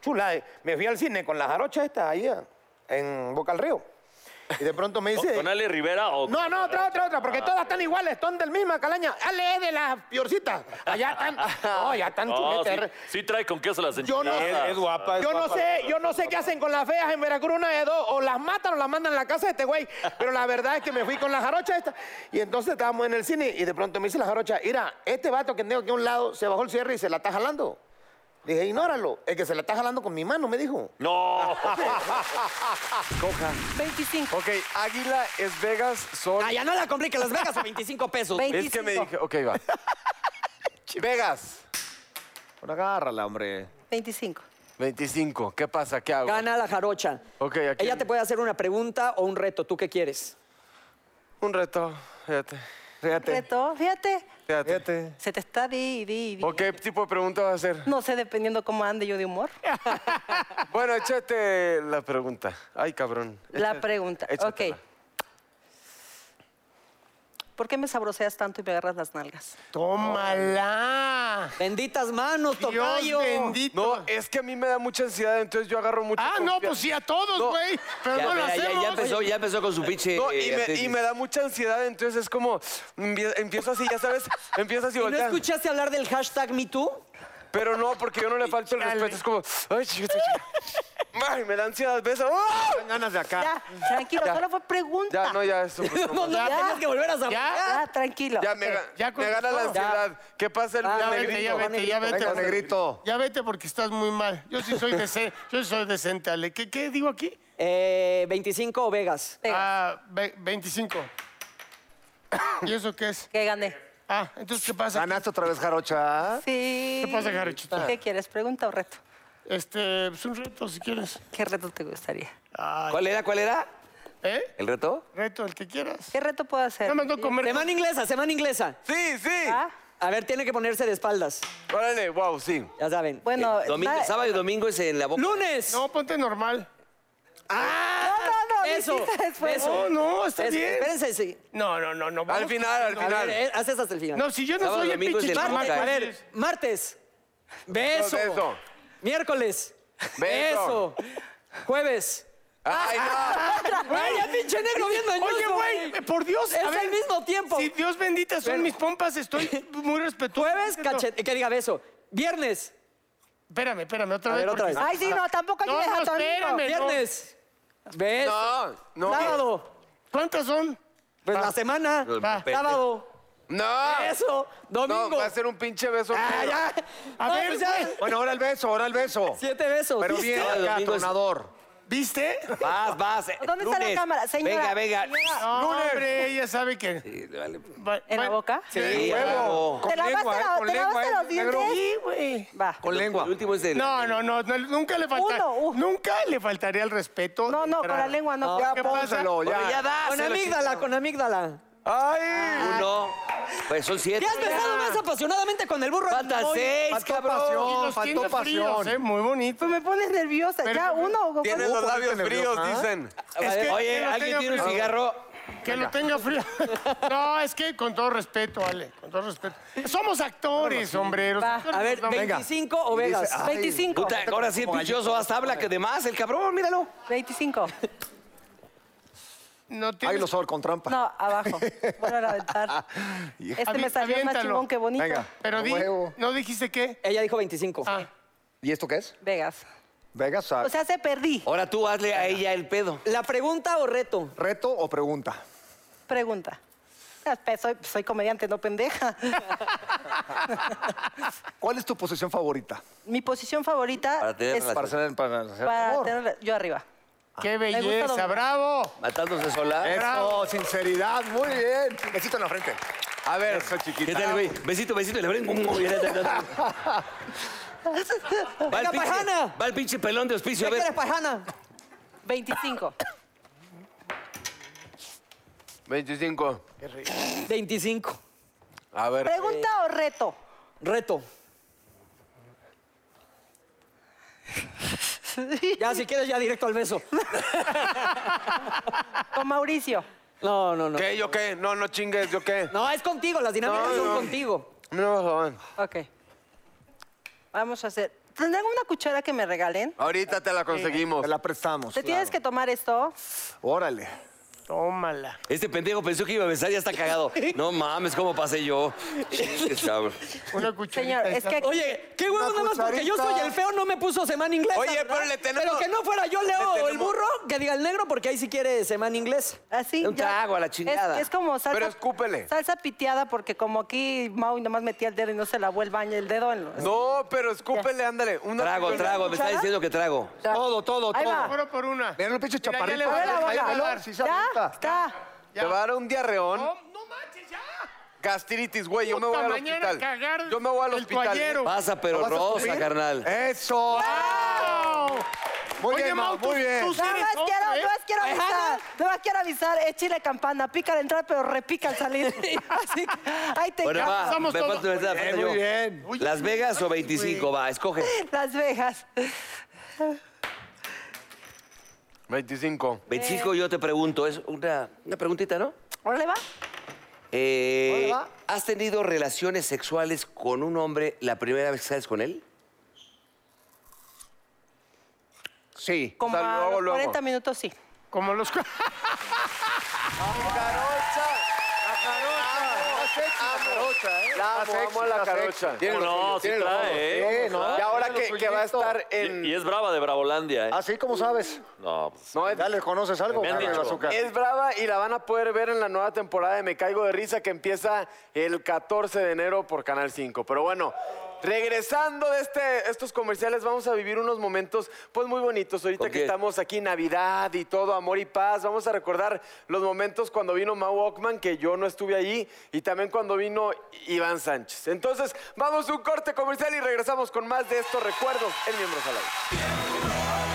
S4: chula, eh. me fui al cine con la jarocha esta ahí eh, en Boca al Río. Y de pronto me dice...
S3: ¿Con Ale Rivera o
S4: No, no, otra, otra, otra, porque todas están iguales, son del misma calaña. Ale es de las piorcitas. Allá están. No, allá están
S3: No, sí,
S4: chuletas.
S3: sí trae con queso las
S4: Yo no,
S3: enchiladas.
S11: guapa,
S4: yo no sé, yo no sé qué hacen con las feas en Veracruz, una de dos, o las matan o las mandan a la casa de este güey. Pero la verdad es que me fui con la jarocha esta. Y entonces estábamos en el cine y de pronto me dice la jarocha, mira, este vato que tengo aquí a un lado se bajó el cierre y se la está jalando. Dije, ignóralo, es que se la está jalando con mi mano, me dijo.
S3: No.
S6: 25.
S10: Ok, Águila es Vegas, Sol.
S6: Ah, ya no la compliques, Las Vegas a 25 pesos.
S10: Es que me dije, ok, va. Vegas. Bueno, agárrala, hombre.
S12: 25.
S10: 25. ¿Qué pasa? ¿Qué hago?
S6: Gana la jarocha.
S10: Ok, aquí-
S6: Ella te puede hacer una pregunta o un reto. ¿Tú qué quieres?
S10: Un reto. Fíjate.
S12: Reto, fíjate,
S10: Fíjate.
S12: se te está di, di, di.
S10: ¿O qué tipo de pregunta vas a hacer?
S12: No sé, dependiendo cómo ande yo de humor.
S10: Bueno, échate la pregunta. Ay, cabrón.
S12: La pregunta.
S10: Échatela.
S12: Ok. ¿Por qué me sabroseas tanto y me agarras las nalgas? Oh,
S4: ¡Tómala!
S6: Benditas manos,
S4: Dios
S6: tocayo.
S4: bendito.
S10: No, es que a mí me da mucha ansiedad, entonces yo agarro mucho.
S4: Ah, no,
S10: confia-
S4: pues sí, a todos,
S10: No.
S4: güey. Pero
S1: Ya,
S4: no lo
S1: ya, ya,
S4: hacemos.
S1: ya empezó, ya empezó con su pinche.
S10: No, y
S1: eh,
S10: me, y
S1: atletismo.
S10: me da mucha ansiedad, entonces es como, empie- empiezo así, ya sabes, empiezo así,
S6: ¿Y no
S10: voltea.
S6: escuchaste hablar del hashtag MeToo?
S10: Pero no, porque yo no le falto el respeto, es como, ay, chiquita, chiquita. Ay, me da ansiedad, besa. ¡Ah!
S4: ganas de acá.
S12: Ya, tranquilo, solo fue pregunta.
S10: Ya, no, ya, eso. pues,
S6: No, no,
S10: no.
S6: tenías que volver a saber.
S12: Ya, tranquilo.
S10: Ya, me, ga-
S4: Ya
S10: me gana la
S4: contestó.
S10: ansiedad. ¿Qué pasa el
S6: Ah,
S4: Ya
S10: negrito?
S4: vete, ya vete, ya vete.
S10: Venga, negrito.
S4: Ya vete porque estás muy mal. Yo sí soy decente, yo sí soy decente, Ale. ¿Qué, qué digo aquí?
S6: Eh, 25 o Vegas.
S12: Venga,
S4: Ah, ve- 25. ¿Y eso qué es?
S12: que gané.
S4: Ah, entonces, ¿qué pasa?
S9: Ganaste otra vez, Jarocha.
S12: Sí.
S4: ¿Qué pasa, Jarochita?
S12: ¿Qué quieres, pregunta o reto?
S4: Este, es un reto, si quieres.
S12: ¿Qué reto te gustaría?
S1: ¿Cuál era? ¿Cuál era?
S4: ¿Eh?
S1: ¿El reto?
S4: Reto, el que quieras.
S12: ¿Qué reto puedo hacer?
S4: No me no comer.
S6: Semana inglesa, semana inglesa.
S10: Sí, sí.
S12: Ah,
S6: A ver, tiene que ponerse de espaldas.
S10: Órale, wow, sí.
S6: Ya saben. Eh,
S12: Bueno,
S1: Domingo,
S12: va-
S1: sábado y domingo es en la boca.
S6: ¡Lunes!
S4: No, pues
S1: este
S4: ponte normal.
S12: no, no,
S6: Eso,
S12: dijiste después.
S4: No,
S6: eso.
S4: no, está
S6: Eso,
S4: bien.
S6: Espérense, sí.
S4: No, no, no, no. vamos-
S10: Al final, al
S6: A
S10: final.
S6: ver, eh, haces hasta el final.
S4: No, si yo no
S1: Sábado,
S4: soy el
S1: domingo es
S4: pinche
S1: el
S4: chamaco,
S1: martes.
S6: Martes, a ver,
S4: dices.
S6: martes. Beso.
S10: No, beso.
S6: Miércoles.
S10: Beso.
S6: Beso. Jueves.
S10: Ay, no.
S6: Güey, ya pinche negro viendo en
S4: Oye,
S6: YouTube,
S4: güey, por Dios.
S6: Es al mismo tiempo.
S4: Si Dios bendita son
S6: Pero-
S4: mis pompas, estoy muy respetuoso.
S6: Jueves,
S4: No,
S6: cachete. Que diga beso. Viernes.
S4: Espérame, espérame, otra
S6: A
S4: vez.
S6: ver, otra
S4: porque-
S6: vez.
S12: Ay, sí, no, tampoco
S4: No,
S12: ayudes
S4: no,
S12: a tu amigo.
S4: espérame.
S6: Viernes. ¿Ves?
S10: No, no.
S6: Sábado.
S4: ¿Cuántas son?
S6: Pues la semana.
S1: Va.
S6: Sábado.
S4: Ah.
S10: No.
S6: Eso. Domingo.
S10: No, va a ser un pinche beso.
S6: Ah, ya.
S4: A
S6: No,
S4: ver,
S1: eh.
S6: pues ya.
S4: güey.
S10: Bueno, ahora el beso, ahora el beso.
S6: Siete besos.
S10: Pero
S6: ¿Viste?
S10: bien,
S1: No, el
S10: acá,
S1: Este domingo es-
S10: tronador.
S4: ¿Viste?
S1: Vas, vas. eh,
S12: ¿Dónde está la
S1: lunes.
S12: cámara? Señora.
S1: Venga, venga.
S12: señora.
S4: No, hombre, ella sabe que...
S1: Sí, vale.
S4: Va-
S12: ¿En la
S4: va-
S12: boca?
S1: Sí, a huevo.
S12: ¿Te lavaste,
S10: lengua,
S12: la-
S10: eh, con
S12: te lavaste
S10: lengua, eh,
S12: los dientes?
S10: negro.
S4: Sí, güey.
S12: Va.
S10: Con lengua.
S1: El último es de...
S4: No, no, no, no, nunca le faltaría.
S12: Uno, uh.
S4: Nunca le faltaría el respeto.
S12: No,
S4: de
S12: no, con
S4: entrada.
S12: la lengua no.
S10: Ya
S4: ¿Qué pasa?
S10: pónselo, ya.
S1: Bueno, ya da.
S6: Con amígdala, con amígdala.
S10: ¡Ay!
S1: Uno. Pues son siete.
S6: ¿Qué has besado más apasionadamente con el burro?
S1: Faltan seis,
S10: Faltó
S1: cabrón.
S10: pasión,
S4: Los
S10: faltó
S4: tienes fríos,
S10: pasión.
S4: ¿eh? Muy bonito.
S12: Pues me pones nerviosa.
S4: Pero-
S12: ya, uno. ¿cómo?
S10: Tienes los labios fríos,
S12: ah?
S10: dicen.
S4: Es que- que
S1: Oye,
S4: lo
S1: ¿alguien
S4: tenga
S1: tiene un
S4: frío.
S1: cigarro?
S4: Que lo tenga frío. No, es que con todo respeto, Ale, con todo respeto. Somos actores, hombre. los
S12: Va,
S4: actores
S6: A ver,
S4: nos damos-
S6: 25 o Vegas.
S12: 25.
S1: Puta, ahora sí el pinchoso hasta habla que de más, el cabrón, míralo.
S12: 25.
S4: No
S7: Ahí
S4: tienes...
S7: lo sol con trampa.
S12: No, abajo. Voy a aventar. Este me
S4: Avi-
S12: salió más
S4: aviéntalo.
S12: chingón que bonito.
S7: Venga.
S4: Pero
S7: A
S4: di,
S7: huevo.
S4: ¿no dijiste qué?
S6: Ella dijo 25.
S4: Ah,
S7: ¿Y esto qué es?
S12: Vegas.
S7: Vegas. ah,
S12: O sea, se perdí.
S1: Ahora tú hazle a ella el pedo.
S6: ¿La pregunta Ah, o reto?
S7: ¿Reto o pregunta?
S12: Pregunta. Ah, pe- Soy, soy comediante, no pendeja.
S7: ¿Cuál es tu posición favorita?
S12: Mi posición favorita
S1: Para tener
S12: es
S1: relación.
S7: Para ser para hacer
S12: para
S7: amor.
S12: tener- yo arriba.
S4: qué
S12: gusta
S4: belleza,
S12: dominar.
S4: bravo.
S1: Matándose sola.
S7: Eso, sinceridad, muy bien. Besito en la frente.
S10: A ver, eso chiquita.
S1: ¿Qué tal, güey? Besito, besito, y le abren. Va el pinche,
S6: Venga, pajana.
S1: va el pinche pelón de hospicio,
S6: ¿Qué
S1: a ver.
S6: quieres, pajana?
S12: 25.
S10: 25.
S6: 25.
S10: A ver.
S12: ¿Pregunta o reto?
S6: Reto. Ya, si quieres, ya directo al beso.
S12: Con Mauricio.
S6: No, no, no.
S10: ¿Qué? ¿Yo qué? No, no chingues, ¿yo qué?
S6: No, es contigo, las dinámicas
S10: No,
S6: son
S10: no.
S6: contigo.
S10: No, joven.
S12: Ok. Vamos a hacer. ¿Tendrán una cuchara que me regalen?
S10: Ahorita te la conseguimos.
S7: Te la prestamos.
S12: Te tienes que tomar esto.
S7: Órale.
S4: Tómala.
S1: Este pendejo pensó que iba a besar y ya está cagado. No mames, ¿cómo pasé yo? Chingues, cabrón.
S4: Una cucharita.
S12: Señor, es
S4: esa.
S12: que
S6: Oye, qué huevo nada más porque yo soy
S7: cucharita.
S6: el feo, no me puso semana inglesa.
S10: Oye, pero
S6: ¿verdad?
S10: le tenemos-
S6: Pero que no fuera yo, Leo,
S10: le
S6: o el
S10: tenemos-
S6: burro, que diga el negro, porque ahí sí quiere semana inglesa.
S12: así.
S1: Un
S12: Ah, ya.
S1: trago a la
S12: Es-
S1: chingada.
S12: Es, como salsa.
S10: Pero escúpele.
S12: Salsa piteada, porque como aquí Mau nomás metía el dedo y no se lavó el baño el dedo. En
S6: Eh.
S12: los-
S10: No, pero escúpele, ándale. Una
S1: Trago, trago, me está diciendo que trago.
S7: pues, Todo, todo,
S12: Ahí
S7: todo.
S12: va.
S4: Fuera por una.
S7: Mira el pinche
S4: Mira, ya
S7: chaparrito.
S4: le va a dar,
S7: Ahí
S4: ya
S7: va
S4: le va a
S7: a
S4: dar.
S7: sí se
S12: Ya,
S7: avienta.
S12: está.
S10: Te va a dar un diarreón.
S4: No, no manches, ya.
S10: Gastritis, güey. Yo me voy
S4: Puta,
S10: al
S4: mañana
S10: hospital.
S4: cagar
S10: yo me voy al
S4: el
S10: hospital.
S4: toallero.
S1: Pasa, pero
S7: ¿Lo vas a
S1: rosa,
S7: subir?
S1: carnal.
S7: Eso. Muy
S4: Oye,
S7: bien,
S4: Mau,
S7: Mau,
S4: tú-
S7: muy bien.
S4: tú sí
S12: Nada
S4: eres
S12: más
S4: hombre,
S12: quiero,
S4: ¿eh?
S12: nada más quiero
S6: Ajá.
S12: avisar, nada más quiero avisar, échale campana, pica al entrar, pero repica al salir. Así que, ahí te
S1: Bueno,
S12: encargo.
S1: va, me
S4: somos todos.
S1: falta una, falta
S7: Muy
S1: yo.
S7: bien.
S4: Oye,
S1: Eh, Las Vegas o 25, va, escoge.
S12: Las Vegas.
S10: 25.
S1: 25 yo te pregunto, es una, una preguntita, ¿no?
S12: ¿Órale va?
S1: Eh, ¿Has tenido relaciones sexuales con un hombre la primera vez que sales con él?
S10: Sí.
S12: Como
S10: Sal-
S12: a
S10: luego,
S12: los
S10: luego.
S12: 40 minutos sí.
S4: Como los... cu-
S7: La amo, amo a la carocha.
S3: ¿Cómo no? Sí trae, ¿eh?
S7: Sí, ¿no?
S3: Y
S7: ahora que, va a estar
S3: Y, y es brava de Bravolandia, ¿eh?
S7: Así como sabes.
S3: No, pues,
S7: No, ya le conoces algo.
S3: Me han
S7: Carlos
S3: dicho.
S7: Azúcar.
S10: Es brava y la van a poder ver en la nueva temporada de Me Caigo de Risa que empieza el 14 de enero por Canal 5. Pero bueno, regresando de este, estos comerciales, vamos a vivir unos momentos pues muy bonitos. Ahorita
S1: ¿Con
S10: que
S1: qué?
S10: estamos aquí, Navidad y todo, amor y paz. Vamos a recordar los momentos cuando vino Mau Walkman, que yo no estuve allí, y también cuando vino Iván Sánchez. Entonces, vamos a un corte comercial y regresamos con más de estos recuerdos en Miembros al Aire.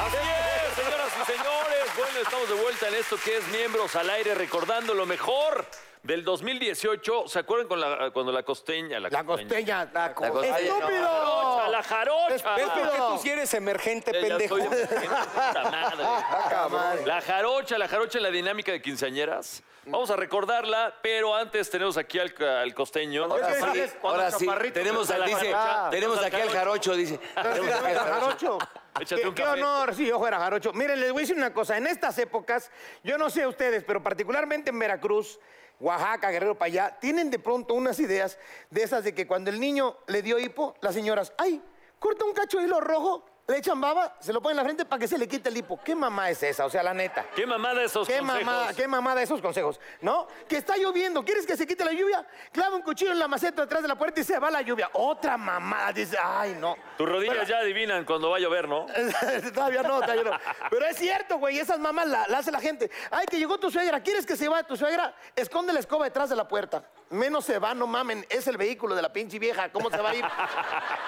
S3: Así es, señoras y señores. Bueno, estamos de vuelta en esto que es Miembros al Aire, recordando lo mejor del 2018. ¿Se acuerdan con la, cuando la costeña? La,
S7: La costeña, la costeña.
S3: jarocha, la jarocha.
S2: ¿Ves por qué tú sí eres emergente,
S3: Ya
S2: pendejo?
S3: estoy de- puta madre. La jarocha, la jarocha en la dinámica de quinceañeras. Vamos a recordarla, pero antes tenemos aquí al, al costeño.
S1: Ahora sí,
S3: Cuando
S1: ahora sí.
S3: chaparrito
S1: Tenemos,
S3: empieza
S1: al-
S3: la
S1: dice,
S3: jarocha,
S1: tenemos
S3: empieza
S1: aquí al jarocho, dice. Tenemos aquí al jarocho.
S3: Échate
S4: qué,
S3: un
S4: qué
S3: café.
S4: honor si yo fuera jarocho. Miren, les voy a decir una cosa. En estas épocas, yo no sé ustedes, pero particularmente en Veracruz, Oaxaca, Guerrero para allá, tienen de pronto unas ideas de esas de que cuando el niño le dio hipo, las señoras, ay, corta un cacho de hilo rojo, le echan baba, se lo ponen en la frente para que se le quite el hipo. ¿Qué mamá es esa? O sea, la neta.
S3: ¿Qué mamada esos
S4: ¿Qué
S3: consejos?
S4: mamada, qué mamada esos consejos, ¿no? Que está lloviendo, ¿quieres que se quite la lluvia? Clava un cuchillo en la maceta atrás de la puerta y se va la lluvia. Otra mamada, dice, ay, no.
S3: Tus rodillas ya adivinan cuando va a llover, ¿no?
S4: todavía no, todavía no. Pero es cierto, güey, esas mamás la, la hace la gente. Ay, que llegó tu suegra, ¿quieres que se vaya tu suegra? Esconde la escoba detrás de la puerta. Menos se va, no mamen, es el vehículo de la pinche vieja, ¿cómo se va a ir?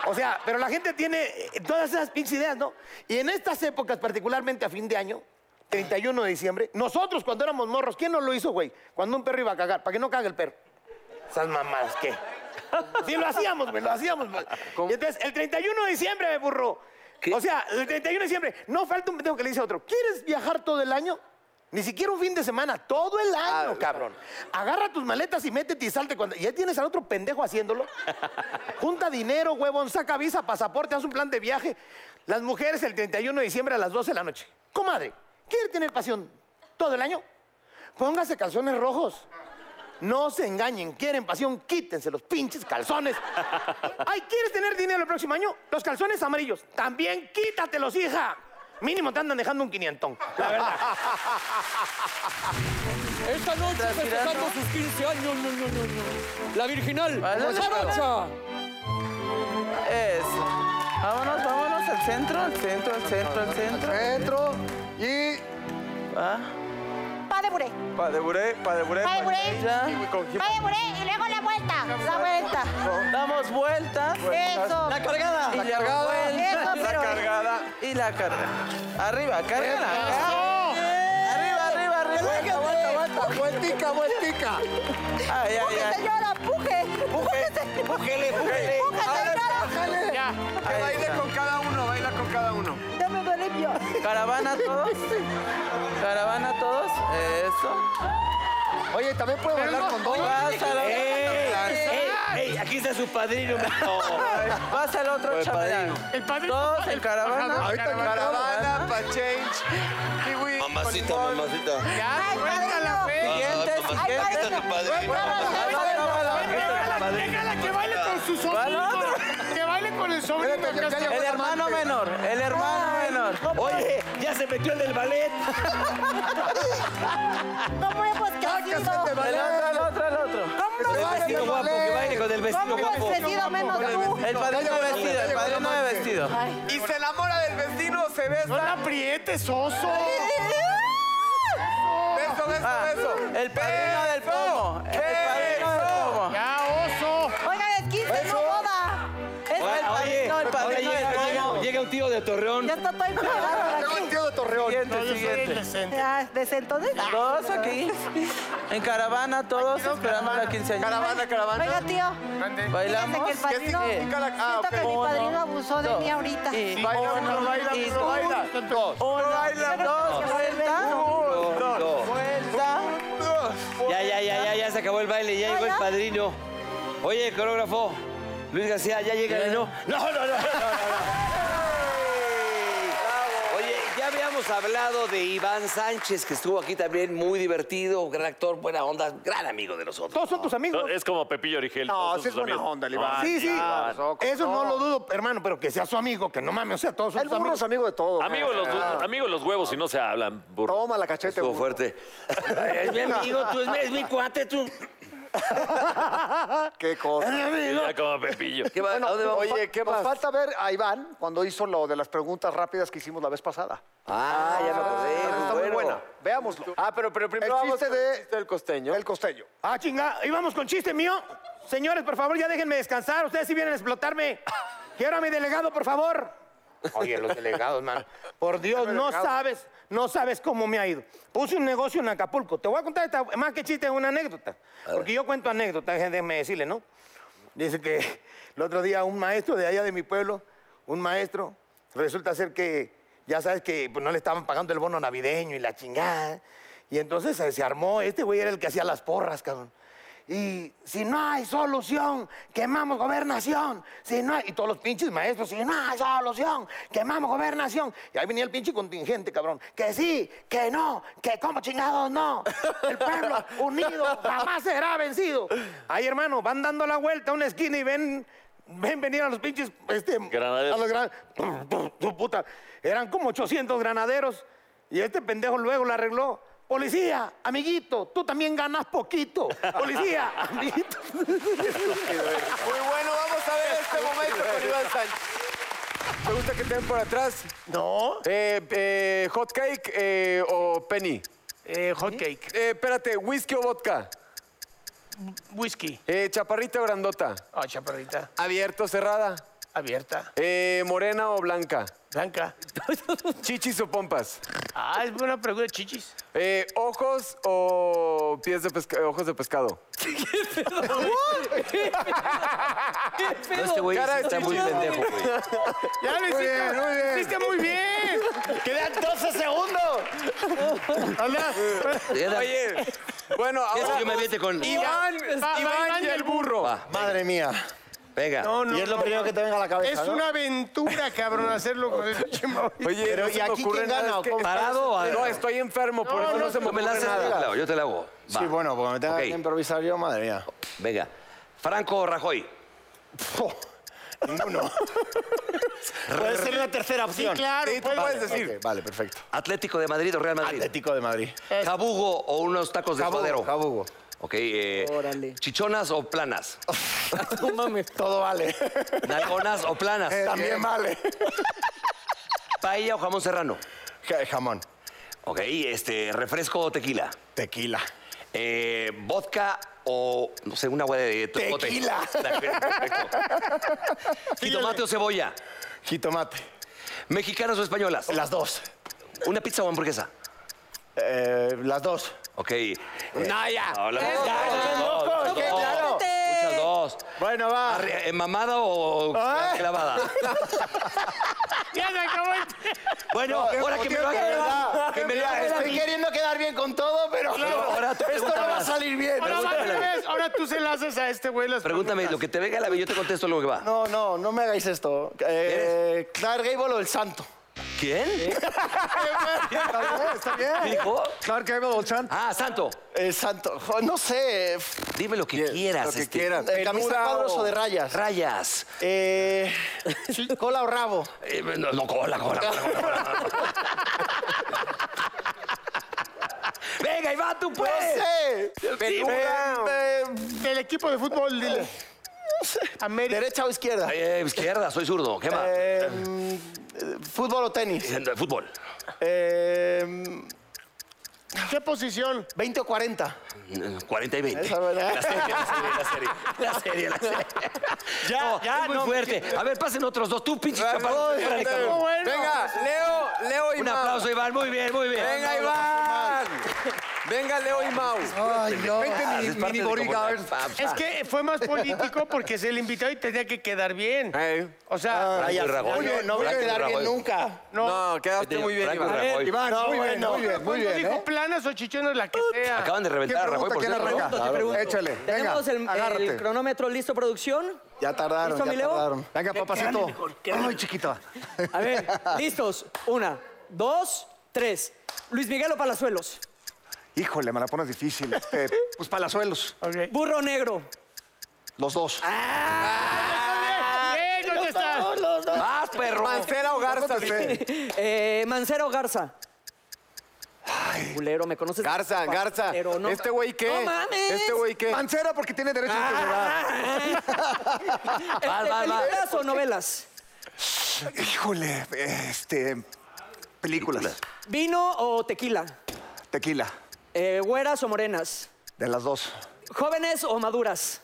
S4: O sea, pero la gente tiene eh, todas esas pinches ideas, ¿no? Y en estas épocas, particularmente a fin de año, 31 de diciembre, nosotros cuando éramos morros, ¿quién nos lo hizo, güey? Cuando un perro iba a cagar, para que no cague el perro. Esas mamadas, ¿qué? Sí, lo hacíamos, güey, lo hacíamos. güey. Y entonces, el 31 de diciembre, me burro. O sea, el 31 de diciembre, no falta un pendejo que le dice a otro, ¿quieres viajar todo el año? Ni siquiera un fin de semana, todo el año, cabrón. Agarra tus maletas y métete y salte cuando. Ya tienes al otro pendejo haciéndolo. Junta dinero, huevón, saca visa, pasaporte, haz un plan de viaje. Las mujeres el 31 de diciembre a las 12 de la noche. Comadre, ¿quiere tener pasión todo el año? Póngase calzones rojos. No se engañen, quieren pasión, quítense los pinches calzones. Ay, ¿quieres tener dinero el próximo año? Los calzones amarillos. También quítatelos, hija. Mínimo te andan dejando un quinientón, la verdad.
S13: Esta noche festejando sus 15 años. No, no, no, no. La virginal. Jarocha.
S9: Es. Vámonos, vámonos al centro, al centro, al centro, al centro. Centro y.
S14: Pa de buré.
S8: Pa de buré, pa de buré.
S14: Pa de buré.
S8: Ya. Con
S14: Pa de buré y luego la vuelta. La vuelta.
S9: Damos vueltas.
S14: Eso.
S9: La cargada.
S14: La cargada. Eso,
S9: La
S14: pero-
S9: cargada. Y la carga. Arriba, cárgala. Arriba, arriba, arriba. Vuelta, vuelta, vuelta. Vueltica, vueltica. Ay, ay,
S14: Puje,
S9: ay.
S14: señora, puje. Pújese.
S9: Pújele, pújele.
S14: Puje, señora.
S9: Ya.
S8: Que baile con cada uno, baila con cada uno.
S14: Ya me duele yo.
S9: Caravana todos. Caravana todos. Eso. Oye, también puedo bailar con dos. Pásalo.
S1: ¡Ey! Aquí está su padrino,
S9: Pasa el otro
S1: Pues,
S9: chaval. El padre. Todos en caravana.
S1: Ahorita en caravana,
S9: pa' change. Kiwi.
S1: Mamacita, mamacita.
S9: Ya, suéltala, güey. Dientes y
S1: Ay,
S9: dientes.
S1: padrino.
S13: Déjala que baile con su sobrino. Que baile con el sobrino. que
S8: pues,
S13: está-
S9: El hermano menor. El hermano menor.
S1: Oye, ya se metió el del ballet.
S14: No podemos que
S9: El otro, el otro, el otro.
S14: ¿Cómo no?
S1: Vestido guapo, que baile con el vestido
S14: ¿Cómo no
S1: guapo.
S14: el vestido menos tú?
S9: El padrino de vestido, el padrino de vestido.
S8: Y se enamora del vecino, se besa.
S13: No la aprietes, oso.
S8: Beso, beso, beso.
S9: Ah, El padrino del pomo. El padrino del pomo.
S13: Ya, oso.
S14: Oigan, es 15, no boda. Es
S9: El padrino, el padrino del pomo.
S1: Llega un tío de Torreón.
S14: Ya está todo encuadrado aquí.
S9: tío de Torreón. Siguiente, siguiente.
S14: Ah, desde entonces.
S9: Todos aquí. En caravana, todos esperando la quinceañera.
S8: Caravana, caravana.
S14: Oiga, tío. Fíjate
S9: Bailamos.
S14: que el padrino-
S9: ¿Qué
S14: siento
S9: significa la- ah,
S14: que
S9: ok.
S14: mi padrino
S9: Uno,
S14: abusó de
S9: dos.
S14: mí ahorita.
S9: Y
S14: Sí.
S9: baila, uno, y dos. Uno,
S8: baila,
S9: dos, vuelta. Vuelta.
S1: Ya, ya, ya, ya, ya se acabó el baile, ya llegó el padrino. Oye, coreógrafo, Luis García, ya llega, ¿no? No, no, no, no, no, no. Oye, ya habíamos hablado de Iván Sánchez, que estuvo aquí también muy divertido, gran actor, buena onda, gran amigo de nosotros.
S4: Todos son tus amigos.
S3: Es como Pepillo Origel.
S4: No,
S3: todos
S4: sí es
S3: sus
S4: buena
S3: amigos.
S4: onda, el Iván.
S3: Ah,
S4: Sí, sí.
S3: ya.
S4: Eso no lo dudo, hermano, pero que sea su amigo, que no mames, o sea, todos son
S7: El
S4: tus
S7: burro
S4: amigos.
S7: es amigo de Ah. todos.
S3: Amigo los, amigo los huevos si no se hablan. burro.
S7: Toma la cachete.
S1: Estuvo fuerte. Es mi amigo, tú es mi, es mi cuate, tú.
S7: Qué cosa.
S3: Ya como Pepillo.
S1: ¿Qué va- ¿A dónde vamos?
S7: Oye, ¿qué más? Nos falta ver a Iván cuando hizo lo de las preguntas rápidas que hicimos la vez pasada.
S1: Ah, ya me acordé.
S7: Esa está muy
S1: bueno.
S7: buena. Veámoslo.
S8: Ah, pero, pero primero
S7: El
S8: vamos
S7: chiste
S8: con
S7: de-
S8: el chiste del costeño.
S7: El costeño.
S4: Ah, chinga, íbamos con chiste mío. Señores, por favor, ya déjenme descansar. Ustedes sí vienen a explotarme. Quiero a mi delegado, por favor. Oye, los delegados, man. Por Dios, no sabes, no sabes cómo me ha ido. Puse un negocio en Acapulco. Te voy a contar esta, más que chiste, es una anécdota. Porque yo cuento anécdotas, déjenme decirle, ¿no? Dice que el otro día un maestro de allá de mi pueblo, un maestro, resulta ser que, ya sabes que pues, no le estaban pagando el bono navideño y la chingada. Y entonces eh, se armó, este güey era el que hacía las porras, cabrón. Y si no hay solución, quemamos gobernación. Si no hay, y todos los pinches maestros, si no hay solución, quemamos gobernación. Y ahí venía el pinche contingente, cabrón. Que sí, que no, que como chingados no. El pueblo unido jamás será vencido. Ahí, hermano, van dando la vuelta a una esquina y ven. Ven venir a los pinches, este,
S3: Granaderos.
S4: a los gran- Pum, pum, su puta. Eran como 800 granaderos y este pendejo luego la arregló. Policía, amiguito, tú también ganas poquito. Policía, amiguito.
S10: Muy bueno, vamos a ver este momento con Iván Sánchez. ¿Te gusta que te den por atrás?
S9: No.
S10: Eh, eh, ¿Hot cake eh, o penny?
S9: Eh, hot cake.
S10: Eh, espérate, ¿whisky o vodka?
S9: Whisky.
S10: Eh, ¿Chaparrita o grandota?
S9: Ah, chaparrita.
S10: ¿Abierta o cerrada?
S9: Abierta.
S10: Eh, ¿Morena o blanca?
S9: Blanca.
S10: ¿Chichis o pompas?
S9: Ah, es buena pregunta, chichis.
S10: Eh, ¿Ojos o pies de pesca- ojos de pescado?
S1: este güey
S10: Cara
S1: sí
S10: de
S1: está muy
S10: chichis.
S1: pendejo, güey.
S9: ¡Ya lo hiciste! ¡Lo hiciste muy bien! ¡Quedan 12 segundos! Hola.
S10: Oye, bueno,
S1: ¿Quieres
S10: ahora...
S1: que me mete con...?
S10: Iván,
S9: Va, va,
S10: Iván y el burro.
S1: Va,
S5: Madre mía.
S1: venga.
S9: No, no,
S5: Y es lo
S9: no,
S5: primero
S9: no.
S5: que te venga a la cabeza,
S9: Es
S5: ¿no?
S9: una aventura, cabrón, hacerlo con el pinche Mauricio.
S10: Oye,
S5: Pero,
S10: no
S5: ¿y
S10: se me
S5: aquí
S10: ocurre
S5: quién
S10: nada,
S5: gana
S10: es
S5: o
S10: que-
S5: cómo?
S1: ¿Parado o algo?
S10: No, estoy enfermo, por eso no, se me
S1: ¿No me
S10: ocurre
S1: la haces?
S10: nada.
S1: Claro, yo te la hago. Va,
S5: Sí, bueno, porque me tengo
S1: Ok.
S5: que improvisar yo, madre mía.
S1: Venga. Franco o Rajoy.
S5: Ninguno. Puede ser una tercera opción.
S9: claro,
S10: Sí, tú
S9: pues.
S10: puedes decir.
S5: Ok, vale, perfecto.
S1: Atlético de Madrid o Real Madrid.
S5: Atlético de Madrid.
S1: Cabugo o unos tacos de suadero.
S5: Cabugo.
S1: Ok, eh,
S6: Órale.
S1: chichonas o planas.
S6: No mames.
S5: Todo vale.
S1: Nalgonas o planas.
S5: También vale.
S1: Paella o jamón serrano.
S5: Ja- eh, Jamón.
S1: Ok, este, refresco o tequila.
S5: Tequila.
S1: Eh, vodka o, no sé, una agua de tezcote.
S5: Tequila.
S1: Perfecto. Jitomate o cebolla.
S5: Jitomate.
S1: Mexicanas o españolas.
S5: Las dos.
S1: Una pizza o hamburguesa.
S5: Eh, las dos.
S1: Ok. Naya.
S5: ¿Qué? Claro.
S1: Muchas dos.
S5: Bueno, va.
S1: Arre- eh, ¿Mamada o clavada?
S9: ¡Ya se acabó el tiempo!
S1: Bueno, ahora que me lo hagan. Que me lo
S5: Mira,
S1: hagan. a
S5: estoy
S1: mí.
S5: queriendo quedar bien con todo, pero
S1: ahora tú
S5: esto no va a
S1: pregúntame.
S5: salir bien.
S9: Ahora va al
S1: Pregúntame.
S9: revés, ahora tú se la haces a este güey las
S1: Pregúntame lo
S9: preguntas.
S1: que te venga a la vida, yo te contesto lo que va.
S5: No, no, no me hagáis esto. Eh, Clark Gable o el santo.
S1: ¿Quién?
S5: Está bien.
S1: ¿Dijo?
S5: Clark Gable o el santo.
S1: Ah, Santo.
S5: El Eh, santo. Jo, No sé.
S1: Dime lo que quieras.
S10: Lo que
S1: este.
S10: quieras.
S5: eh, camisa de
S10: Peluda
S5: cuadros o de rayas.
S1: Rayas.
S5: Eh, cola o rabo.
S1: Eh, no, no, cola, cola, cola, cola, cola. Venga, Iván, tú
S9: pues.
S5: No
S1: puedes.
S5: sé.
S10: Peluda.
S5: Eh,
S9: El equipo de fútbol, dile. América.
S5: Derecha o izquierda.
S1: Eh, izquierda, soy zurdo. ¿Qué más?
S5: Eh, mm, fútbol o tenis.
S1: Diciendo, Fútbol.
S5: Eh,
S9: ¿Qué posición?
S5: 20 o 40.
S1: 40 y 20.
S5: Esa, ¿verdad?
S1: La serie, la serie, la serie, la serie. Ya, ya, es muy fuerte. A ver, pasen otros dos. Tú, pinche chaparro. Órale, cabrón.
S10: Venga, Leo, Leo y
S1: Un
S10: Mau.
S1: aplauso, Iván. Muy bien, muy bien.
S10: Venga, Iván. Venga, Leo y Mau.
S5: Ay, no.
S1: Ah, es parte de
S5: bodyguard.
S1: cómo la-
S9: Es que fue más político porque se le invitó y tenía que quedar bien.
S10: Ey.
S9: O sea,
S1: Franco y Ah, Rajoy.
S5: Muy bien, no va a
S1: Franco y
S5: quedar bien
S1: Rajoy.
S5: nunca.
S9: no.
S10: No, quedaste muy bien,
S1: Franco y
S10: Iván.
S1: Rajoy.
S5: Iván, muy, bueno, muy bien, ¿eh?
S9: Cuando dijo planas o chichones, la que sea.
S1: Acaban de
S7: ¿Quién
S1: reventar a Rajoy,
S7: pregunta?
S1: por
S7: ¿Quién
S1: cierto.
S7: arranca?
S1: ¿no?
S6: Te pregunto.
S7: Échale. Venga,
S6: ¿Tenemos el- el,
S7: agárrate.
S6: cronómetro listo, producción?
S5: Ya tardaron,
S6: ¿Listo,
S5: ya
S6: mi Leo?
S5: tardaron. Venga, papacito. Ay, chiquita.
S6: A ver, listos. Una, dos, tres. Luis Miguel o Palazuelos.
S7: Híjole, me la pones difícil. Este, pues palazuelos.
S9: Ok.
S6: Burro negro.
S7: Los dos.
S9: Bien, ¿dónde estás? Ah,
S1: Más, perro.
S10: Mancera o Garza.
S6: Eh, Mancera o Garza. Ay, culero, me conoces.
S10: Garza, Garza.
S6: Pero no-
S10: ¿Este güey qué?
S6: No mames.
S10: ¿Este güey qué? Ah.
S7: Mancera porque tiene derecho a integridad.
S6: Este,
S1: Vas, vas, vas.
S6: ¿Películas o novelas?
S7: Híjole, este. Películas.
S6: ¿Vino o tequila?
S7: Tequila.
S6: Eh, ¿Güeras o morenas?
S7: De las dos.
S6: ¿Jóvenes o maduras?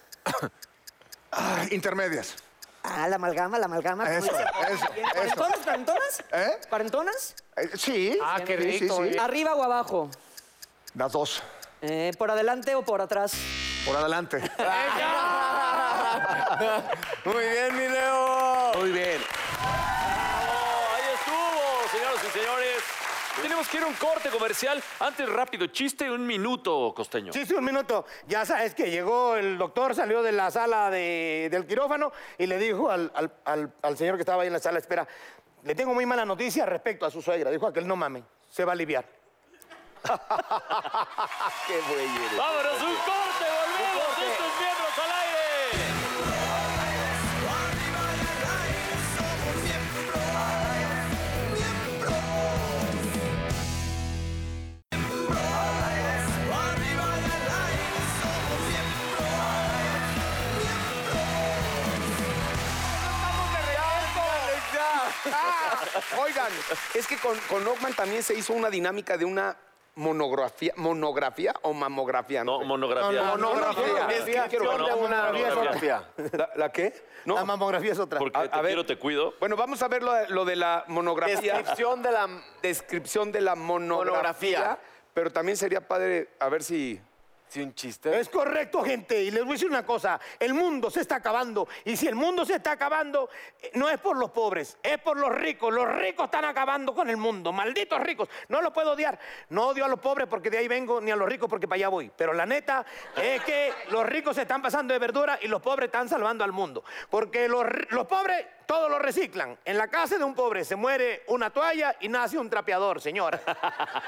S7: Ah, intermedias.
S6: Ah, la amalgama, la amalgama. ¿cómo
S7: Eso,
S6: dice?
S7: eso,
S6: Bien.
S7: eso.
S6: ¿Cuarentonas, cuarentonas?
S7: ¿Eh?
S6: ¿Cuarentonas?
S7: Eh, sí.
S9: Ah, qué
S7: Sí, sí,
S9: rico,
S7: sí.
S9: eh.
S6: ¿Arriba o abajo?
S7: Las dos.
S6: Eh, ¿Por adelante o por atrás?
S7: Por adelante.
S10: Muy bien, mi Leo.
S1: Muy bien.
S3: Ahí estuvo, señoras y señores. Tenemos que ir a un corte comercial. Antes, rápido, chiste, un minuto, costeño.
S4: Sí, sí, un minuto. Ya sabes que llegó el doctor, salió de la sala de- del quirófano y le dijo al, al- al- al señor que estaba ahí en la sala de espera, le tengo muy mala noticia respecto a su suegra. Dijo aquel, no mames, se va a aliviar.
S9: ¡Qué güey eres!
S3: ¡Vámonos, un corte! ¡Volvemos! ¡Esto es Miembros al Aire!
S2: Ah, Oigan, es que con, con Ockman también se hizo una dinámica de una monografía, monografía o mamografía. No,
S3: monografía. No, no, monografía. Descripción de una mamografía.
S2: ¿La, la qué? No. La
S4: mamografía es otra.
S3: Porque te quiero, te cuido.
S2: Bueno, vamos a ver lo, lo de la monografía.
S10: Descripción de la-
S2: descripción de la monografía.
S10: Monografía.
S2: Pero también sería padre a ver si.
S10: Si un chiste.
S4: Es correcto, gente. Y les voy a decir una cosa. El mundo se está acabando. Y si el mundo se está acabando, eh, no es por los pobres, es por los ricos. Los ricos están acabando con el mundo. Malditos ricos. No los puedo odiar. No odio a los pobres porque de ahí vengo, ni a los ricos porque para allá voy. Pero la neta es que los ricos se están pasando de verdura y los pobres están salvando al mundo. Porque los, ri- los pobres todo lo reciclan. En la casa de un pobre se muere una toalla y nace un trapeador, señora.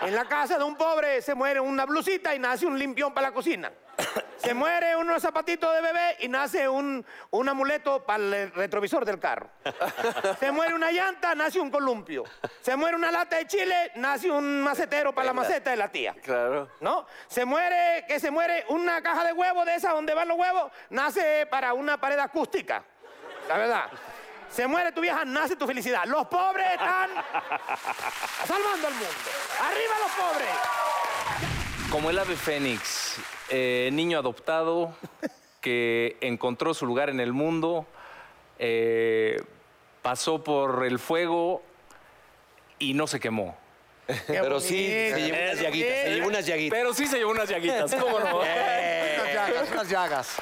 S4: En la casa de un pobre se muere una blusita y nace un limpión para la cocina. Se muere unos zapatitos de bebé y nace un, un amuleto para el retrovisor del carro. Se muere una llanta, nace un columpio. Se muere una lata de chile, nace un macetero para la maceta de la tía.
S10: Claro.
S4: ¿No? Se muere, que se muere una caja de huevos de esas donde van los huevos, nace para una pared acústica. La verdad. Se muere tu vieja, nace tu felicidad. Los pobres están salvando al mundo. ¡Arriba los pobres!
S15: Como el ave fénix, eh, niño adoptado que encontró su lugar en el mundo, eh, pasó por el fuego y no se quemó.
S1: Pero sí, se llevó unas llaguitas, se llevó unas llaguitas.
S15: Pero sí se llevó unas llaguitas, ¿cómo no?
S16: Eh.
S1: Unas llagas, unas llagas.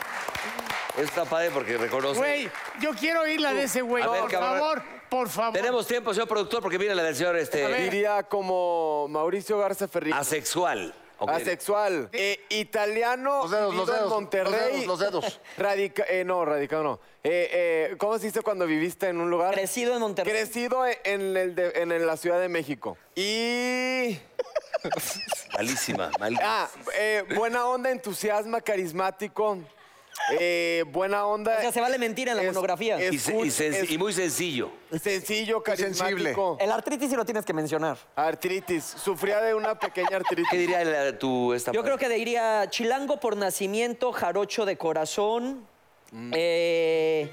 S1: Está padre porque reconoce.
S16: Güey, yo quiero oír la de ese güey.
S1: A ver,
S16: Por
S1: cabrón.
S16: favor, por favor.
S1: Tenemos tiempo, señor productor, porque viene la del señor este,
S10: Diría como Mauricio Garza Ferri.
S1: asexual. Ok.
S10: Asexual. Eh, italiano.
S1: Los dedos,
S10: vivido
S1: los dedos,
S10: en Monterrey.
S1: los dedos, los dedos.
S10: Radica- eh, no, radicado no. Eh, eh, ¿Cómo se dice cuando viviste en un lugar? Crecido en Monterrey. Crecido en, el de- en el- la Ciudad de México. Y.
S1: Malísima, malísima.
S10: Ah, eh, buena onda, entusiasma, carismático. Eh, buena onda. O sea, se vale mentir en la monografía.
S1: Y, se- y sen- y muy sencillo.
S10: Sencillo,
S1: sensible.
S10: carismático.
S6: El artritis sí lo tienes que mencionar.
S10: Artritis. Sufría de una pequeña artritis.
S1: ¿Qué diría la- tu esta
S6: Yo creo que diría chilango por nacimiento, jarocho de corazón.
S10: Mm.
S6: Eh...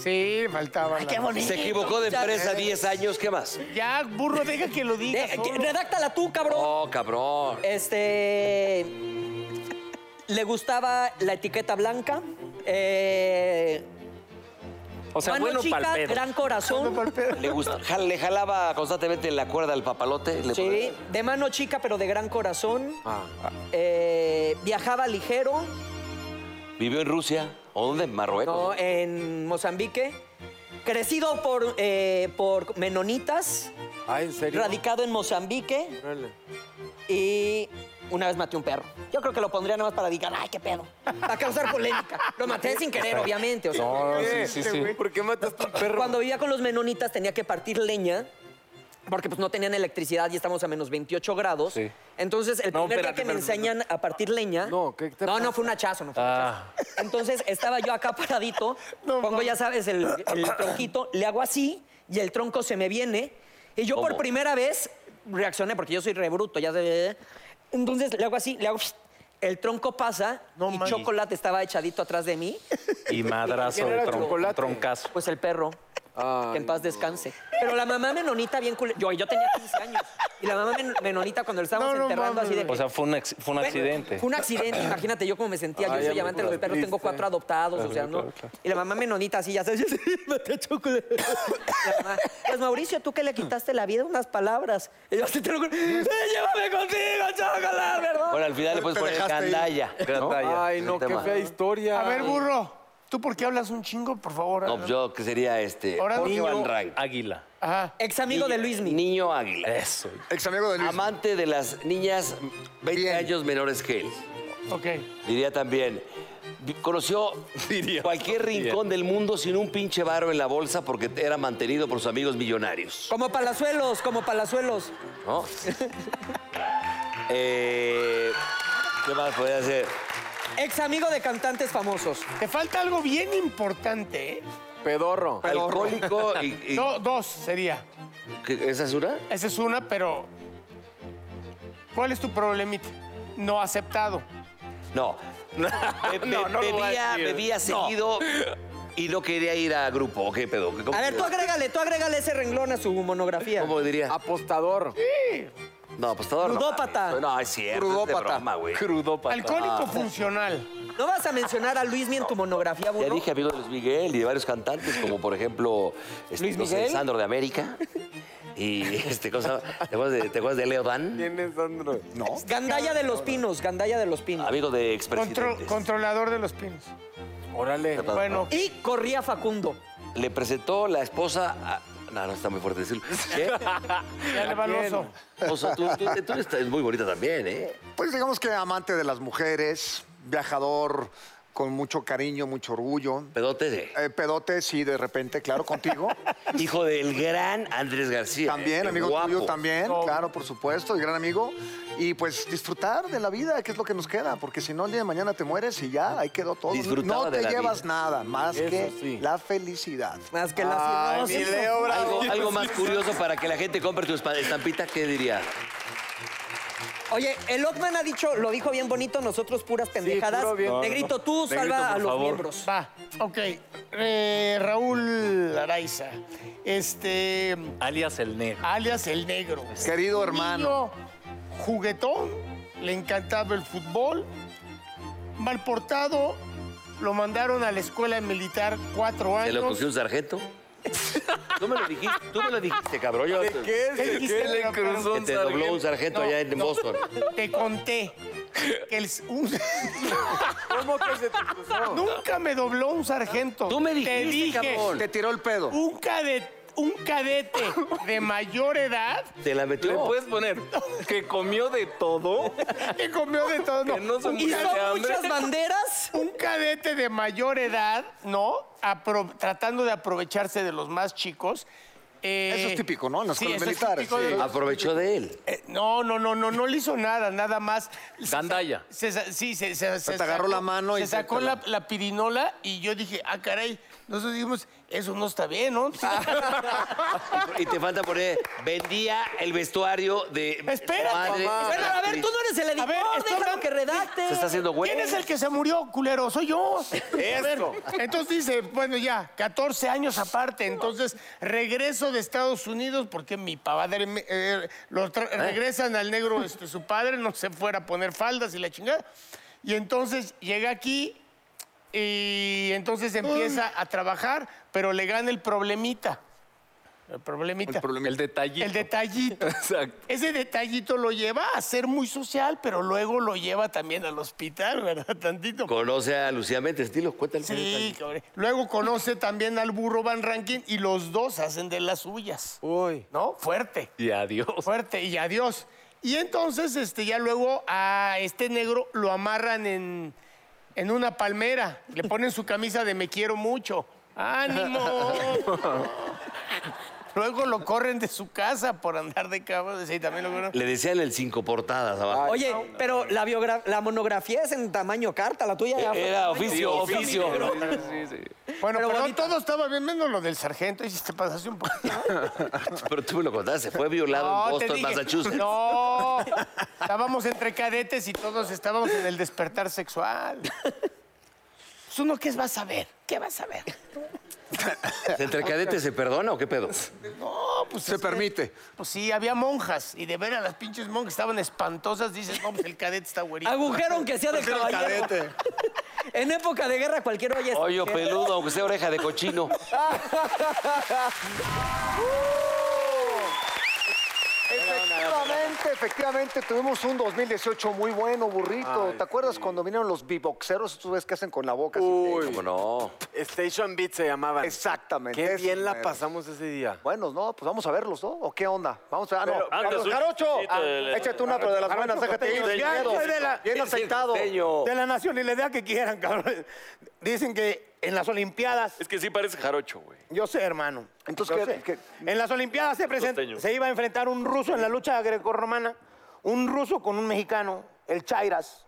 S16: Sí, faltaba.
S6: Ah, qué bonito.
S1: Se equivocó de empresa
S6: Ya-
S1: 10 años, ¿qué más?
S16: Ya, burro, deja que lo diga.
S6: Eh, que- redáctala tú, cabrón.
S1: Oh, cabrón.
S6: Este. Le gustaba la etiqueta blanca. eh,
S1: O sea,
S6: mano
S1: bueno
S6: chica,
S1: pa'l pedo.
S6: gran corazón.
S1: Le, gusta, ja- le jalaba constantemente la cuerda al papalote. le-
S6: Sí, de mano chica, pero de gran corazón.
S1: Ah.
S6: eh, viajaba ligero.
S1: ¿Vivió en Rusia? ¿O dónde? ¿En
S6: No,
S1: Marruecos?
S6: en Mozambique. Crecido por, eh, por menonitas.
S10: Ah,
S6: Radicado en Mozambique. Y una vez maté un perro. Yo creo que lo pondría nada más para dedicar, ay, qué pedo. Para causar polémica. Lo maté sin querer, obviamente. o sea.
S10: No, no, sí, sí,
S15: Este
S10: sí. ¿Por qué mataste un perro?
S6: Cuando vivía con los menonitas tenía que partir leña. Porque pues no tenían electricidad y estamos a menos 28 grados.
S15: Sí.
S6: Entonces, el
S15: No,
S6: primer día
S15: espérate,
S6: que me
S15: espérate,
S6: enseñan a partir leña. No, No, fue un hachazo, no fue un
S15: Ah.
S6: hachazo. Entonces estaba yo acá paradito, pongo, ya sabes, el, el tronquito, le hago así y el tronco se me viene. Y yo por
S9: ¿Cómo?
S6: primera vez reaccioné, porque yo soy rebruto, ya sé. Entonces le hago así, le hago. El tronco pasa y chocolate estaba echadito atrás de mí.
S15: Y madrazo
S6: ¿Quién
S15: de
S6: era
S15: tron-
S6: Chocolate?
S15: troncazo.
S6: Pues el perro. que en paz descanse. Pero la mamá menonita bien cool. Yo, yo tenía 15 años. Y la mamá men- menonita cuando lo estábamos enterrando así de. que-
S15: O sea, fue un, ex- fue un
S6: Bueno,
S15: accidente.
S6: Fue un accidente, imagínate yo cómo me sentía.
S15: Ay,
S6: yo soy
S15: amigo,
S6: amante de los
S15: la
S6: perros, tengo
S15: triste.
S6: cuatro adoptados,
S15: Claro,
S6: o sea, ¿no?
S15: claro, claro.
S6: Y la mamá menonita así, ya sabes, maté a chocolate. La mamá, pues Mauricio, tú que le quitaste la vida unas palabras. Y yo así te lo juro, "Eh, llévame contigo, chocolate, ¿verdad?
S1: Bueno, al final le puedes
S6: Me
S1: poner
S6: dejaste ir.
S1: candalla.
S6: Gandalla,
S10: Ay, no,
S1: el
S10: qué
S1: tema.
S10: fea historia.
S16: A ver, burro. ¿Tú por qué hablas un chingo, por favor?
S1: No, pues yo que sería este.
S16: Ahora
S1: Jorge
S16: niño
S1: Van Rank. Águila.
S16: Ajá.
S6: Ex amigo de Luismi.
S1: Niño Águila.
S15: Eso.
S1: Ex amigo de Luismi. Amante de las niñas 20 años menores que él.
S16: Ok.
S1: Diría también. vi- Conoció cualquier rincón del mundo sin un pinche varo en la bolsa porque era mantenido por sus amigos millonarios.
S6: Como palazuelos, como palazuelos.
S1: ¿no? Eh, ¿Qué más podría hacer?
S6: Ex amigo de cantantes famosos.
S16: Te falta algo bien importante, ¿eh?
S1: Pedorro. Alcohólico y. y-
S16: No, dos sería.
S1: ¿Qué- ¿Esa es una?
S16: Esa es una, pero. ¿Cuál es tu problemita? No aceptado.
S1: No. Be- be-
S16: No, no lo voy a
S1: bebía,
S16: decir.
S1: bebía
S16: No.
S1: seguido y no quería ir a grupo. ¿O qué pedo? ¿Cómo-
S6: A ver, tú agrégale, tú agrégale ese renglón a su monografía.
S1: ¿Cómo diría?
S6: Apostador.
S1: No, apostador. no
S6: Crudópata.
S1: mames. No, es cierto. Crudópata. Es de broma, güey. Crudópata.
S6: Alcohólico
S16: Ah. funcional.
S6: No vas a mencionar a Luismi en tu monografía,
S1: Ya
S6: burro.
S1: dije amigo de Luis Miguel y de varios cantantes, como por ejemplo este,
S6: Luis
S1: no sé,
S6: Miguel.
S1: Sandro de América. Y este cosa. ¿Te acuerdas de, te acuerdas de Leo Dan?
S10: ¿Quién es Sandro?
S1: No.
S6: Gandalla de los Pinos, Gandalla de los Pinos.
S1: Amigo de
S16: Contro-
S1: expresidentes.
S16: controlador de los pinos.
S1: Órale.
S16: Bueno.
S6: Y corría Facundo.
S1: Le presentó la esposa a... No, no está muy fuerte decirlo. ¿Qué?
S16: Ya le va el oso.
S1: O sea, tú, tú, tú estás muy bonita también, ¿eh?
S7: Pues digamos que amante de las mujeres, viajador con mucho cariño, mucho orgullo.
S1: Pedote, sí.
S7: Eh, pedote, sí, de repente, claro, contigo.
S1: Hijo del gran Andrés García.
S7: También,
S1: ¿eh?
S7: amigo
S1: Guapo.
S7: tuyo, también, claro, por supuesto, y gran amigo. Y pues disfrutar de la vida, que es lo que nos queda, porque si no, el día de mañana te mueres y ya, ahí quedó todo.
S1: Disfrutaba
S7: no
S1: de
S7: te
S1: la
S7: llevas
S1: vida.
S7: nada más
S1: Eso
S7: que
S1: sí.
S7: la felicidad. Ah,
S6: Más que
S7: la
S1: Ay, mi Leo Bravo. Algo, algo más curioso para que la gente compre tu espa- estampita, ¿qué diría?
S6: Oye, el Ockman ha dicho, lo dijo bien bonito, nosotros puras pendejadas.
S16: puro bien.
S6: Negrito, tú
S16: Negrito,
S6: salva
S16: por
S6: a los
S16: favor.
S6: miembros.
S16: Va. Ok. eh, Raúl Araiza. Este.
S15: Alias el negro.
S16: Alias el negro.
S7: Querido
S16: Un
S7: hermano.
S16: niño Juguetón, le encantaba el fútbol. Mal portado, lo mandaron a la escuela militar cuatro
S1: ¿Te lo
S16: años.
S1: cogió un sargento? Tú me lo dijiste, tú me lo dijiste, cabrón. Yo-
S16: ¿De qué? ¿De qué le
S1: Pero, pero,
S16: cruzó
S1: que
S16: un
S1: te dobló un
S16: sargento?
S1: sargento
S16: No,
S1: allá en
S16: no.
S1: Boston.
S16: Te conté que el, un-
S10: ¿Cómo que se te cruzó?
S16: Nunca me dobló un sargento. Tú me dijiste, te dije,
S7: Te tiró el pedo.
S16: Un cadete, un cadete de mayor edad
S1: Te la metió.
S15: ¿Le puedes poner que comió de todo?
S16: que comió de todo. No.
S15: Que no se
S16: Un
S15: muera de
S16: cadete-
S15: hambre. ¿Muchas
S6: banderas?
S16: Un cadete de mayor edad, ¿no? Apro- tratando de aprovecharse de los más chicos. Eh,
S7: Eso es típico, ¿no? En las
S16: sí,
S7: escuelas
S16: eso es
S7: militares.
S16: típico de-
S1: Aprovechó de él.
S16: Eh, no, no, no, no, no le hizo nada, nada más.
S15: Gandalla.
S16: Se sa- sí, se, se,
S7: te agarró la mano y
S16: se
S7: se
S16: sacó
S7: te
S16: la, la pirinola y yo dije, ah, caray, nosotros dijimos, eso no está bien, ¿no?
S7: Ah,
S1: Y te falta poner, vendía el vestuario de
S16: Espérate,
S1: madre.
S6: Bueno, a ver, tú no eres el editor,
S16: estoy
S6: déjalo
S16: hablando-
S6: que redacte.
S1: Se está haciendo güey.
S16: ¿Quién es el que se murió, culero? Soy yo. A ver, entonces dice, bueno, ya, 14 años aparte. Entonces regreso de Estados Unidos porque mi padre, me- eh, lo tra- regresan al negro, este, su padre, no se fuera a poner faldas y la chingada. Y entonces llega aquí y entonces empieza a trabajar, pero le gana el problemita. El problemita. El,
S15: El detallito.
S16: detallito.
S15: Exacto.
S16: Ese detallito lo lleva a ser muy social, pero luego lo lleva también al hospital, ¿verdad? Tantito.
S1: Conoce a Lucía Méndez, dilo, cuéntale.
S16: Sí, cabrón. Luego conoce también al burro Van Rankin y los dos hacen de las suyas. Uy. ¿No? Fuerte.
S15: Y adiós.
S16: Fuerte y adiós. Y entonces, este, ya luego a este negro lo amarran en, en una palmera. Le ponen su camisa de me quiero mucho. ¡Ánimo! luego lo corren de su casa por andar de cabras. Sí, también lo corren.
S1: Le decían el cinco portadas abajo.
S6: Oye, pero la, biogra- la monografía es en tamaño carta, la tuya
S16: Eh,
S6: ya fue
S1: Era
S6: tamaño
S1: oficio, oficio.
S15: Sí, sí.
S16: Bueno, pero, todo estaba bien, menos lo del sargento. Y si te pasaste un poco.
S1: Pero tú me lo contaste, fue violado en
S16: te
S1: Boston,
S16: dije,
S1: Massachusetts.
S16: No, estábamos entre cadetes y todos estábamos en el despertar sexual. Pues uno, ¿qué vas a ver? ¿Qué vas a ver?
S1: ¿Entre cadetes se perdona o qué pedo?
S16: No, pues. Se
S7: permite.
S16: Pues sí, había monjas. Y de ver a las pinches monjas estaban espantosas, dices, no, pues el cadete está güerito.
S6: Agujero aunque sea de caballero. En época de guerra cualquier olla es
S1: Hoyo
S6: agujero.
S1: peludo, aunque sea oreja de cochino.
S10: Efectivamente,
S7: Efectivamente, efectivamente, tuvimos un 2018 muy bueno, burrito.
S10: Ay,
S7: ¿Te acuerdas cuando vinieron los beatboxeros? Tú ves que hacen con la boca.
S10: Uy.
S7: así.
S10: ¿Cómo
S9: no?
S10: Station Beat se llamaban.
S7: Exactamente.
S10: Qué
S7: esos
S10: bien la
S7: meros.
S10: pasamos ese día.
S7: Buenos, ¿no? Pues vamos a verlos, ¿no? ¿O qué onda? Vamos a... Ah, no.
S10: Pero-
S7: Carlos
S10: antes un
S7: Jarocho.
S10: chistecito
S7: Ah,
S10: del-
S7: échate una, pero de las buenas, déjate ir.
S4: Ya,
S7: sin miedo.
S4: ya de la-
S7: Bien aceitado.
S4: De la nacionalidad que quieran, cabrón. Dicen que en las Olimpiadas.
S3: Es que sí parece jarocho, güey.
S4: Yo sé, hermano.
S7: Entonces,
S4: Yo
S7: ¿qué-
S4: sé.
S7: qué-
S4: En las Olimpiadas se, present-
S3: Costeño.
S4: se iba a enfrentar un ruso en la lucha grecorromana. Un ruso con un mexicano, el Chairas.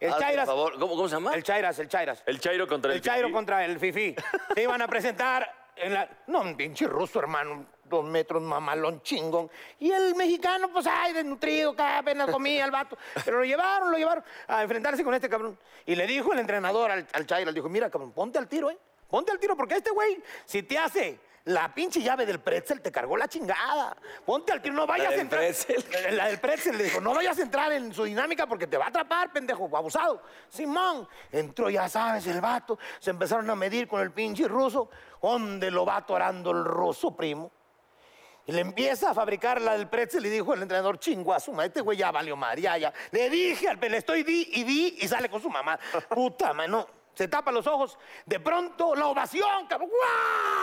S4: El
S1: Ah,
S9: Hazme el
S4: Chairas.
S9: favor, ¿cómo- cómo se llama?
S4: El Chairas, el Chairas.
S3: El Chairo contra el,
S4: El Chairo
S3: Fifí.
S4: contra el Fifi. Se iban a presentar en la. No, un pinche ruso, hermano. Dos metros, mamalón, chingón. Y el mexicano, pues, ay, desnutrido, que apenas comía el vato. Pero lo llevaron, lo llevaron a enfrentarse con este cabrón. Y le dijo el entrenador al, al Chairo, le dijo, mira, cabrón, ponte al tiro, ¿eh? Ponte al tiro, porque este güey, si te hace la pinche llave del pretzel, te cargó la chingada. Ponte al tiro, no vayas
S9: del
S4: a entrar.
S9: pretzel.
S4: La del pretzel le dijo, no vayas a entrar en su dinámica porque te va a atrapar, pendejo, abusado. Simón entró, ya sabes, el vato. Se empezaron a medir con el pinche ruso. ¿Dónde lo va atorando el ruso, primo? Y le empieza a fabricar la del pretzel y dijo el entrenador, chingo a su madre, este güey ya valió madre, ya, ya. Le dije al pe- le estoy di y di y sale con su mamá. Puta, mano. Se tapa los ojos. De pronto, la ovación, cabrón.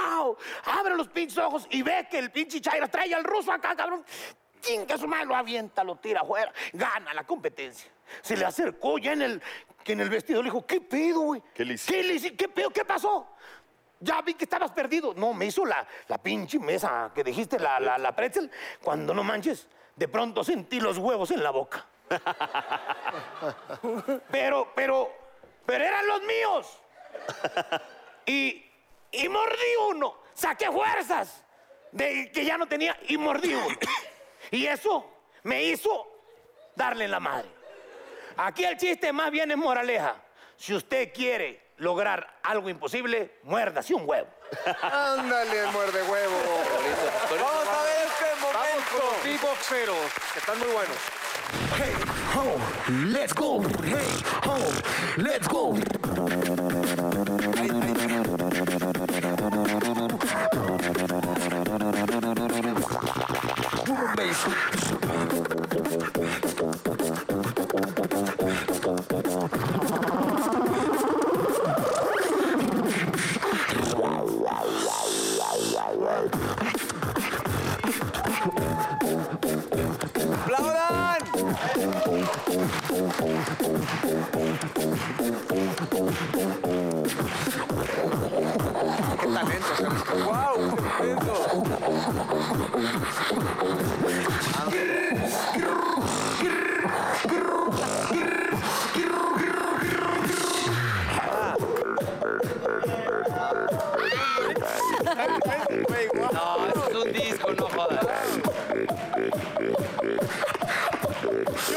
S4: ¡Wow! Abre los pinches ojos y ve que el pinche Chaira trae al ruso acá, cabrón. Chinga su madre, lo avienta, lo tira afuera. Gana la competencia. Se le acercó ya en el, que en el vestido. Le dijo, ¿qué pedo, güey? ¿Qué le ¿Qué, le hici- ¿Qué pedo? ¿Qué pasó? Ya vi que estabas perdido. No, me hizo la, la pinche mesa que dijiste, la, la, la pretzel. Cuando no manches, de pronto sentí los huevos en la boca. Pero, pero, pero eran los míos. Y, y mordí uno. Saqué fuerzas de que ya no tenía y mordí uno. Y eso me hizo darle en la madre. Aquí el chiste más bien es moraleja. Si usted quiere lograr algo imposible, muérdase un huevo.
S7: Ándale, muerde huevo.
S10: Vamos a ver este momento.
S7: Beatboxeros, que están muy buenos.
S1: Let's go. Hey, oh, let's go. Puro bass.
S10: ¡Aplaudan!
S7: Qué talento,
S10: ¡Wow!
S9: No, eso es un disco, no jodas.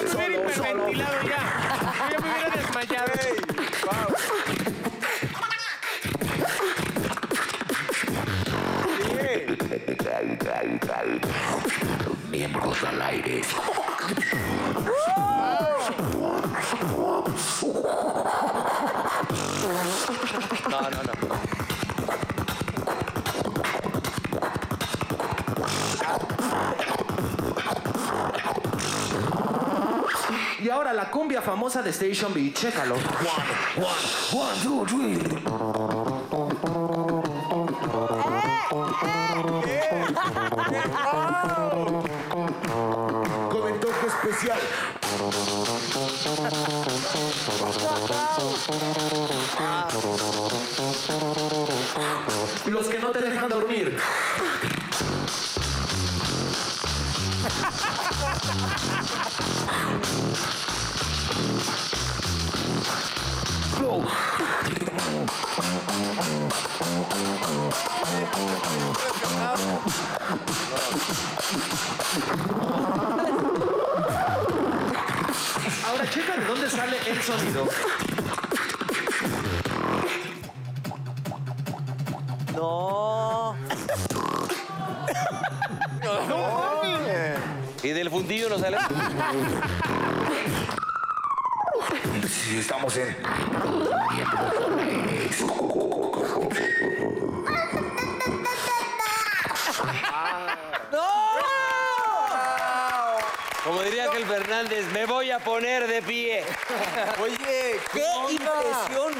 S4: Yo me hubiera hiperventilado ya. Yo ya me hubiera desmayado.
S1: Miembros al aire.
S9: No, no, no.
S1: Y ahora la cumbia famosa de Station B, chécalo. One, one, one, two, three. Con el toque especial. Los que no te dejan dormir. Flow. Ahora checa de dónde sale el sonido.
S17: No.
S9: Y del fundillo no sale.
S1: Si estamos en.
S17: ¡No!
S9: Como
S18: Hernández, me voy a poner de pie. Oye,
S6: qué impresión.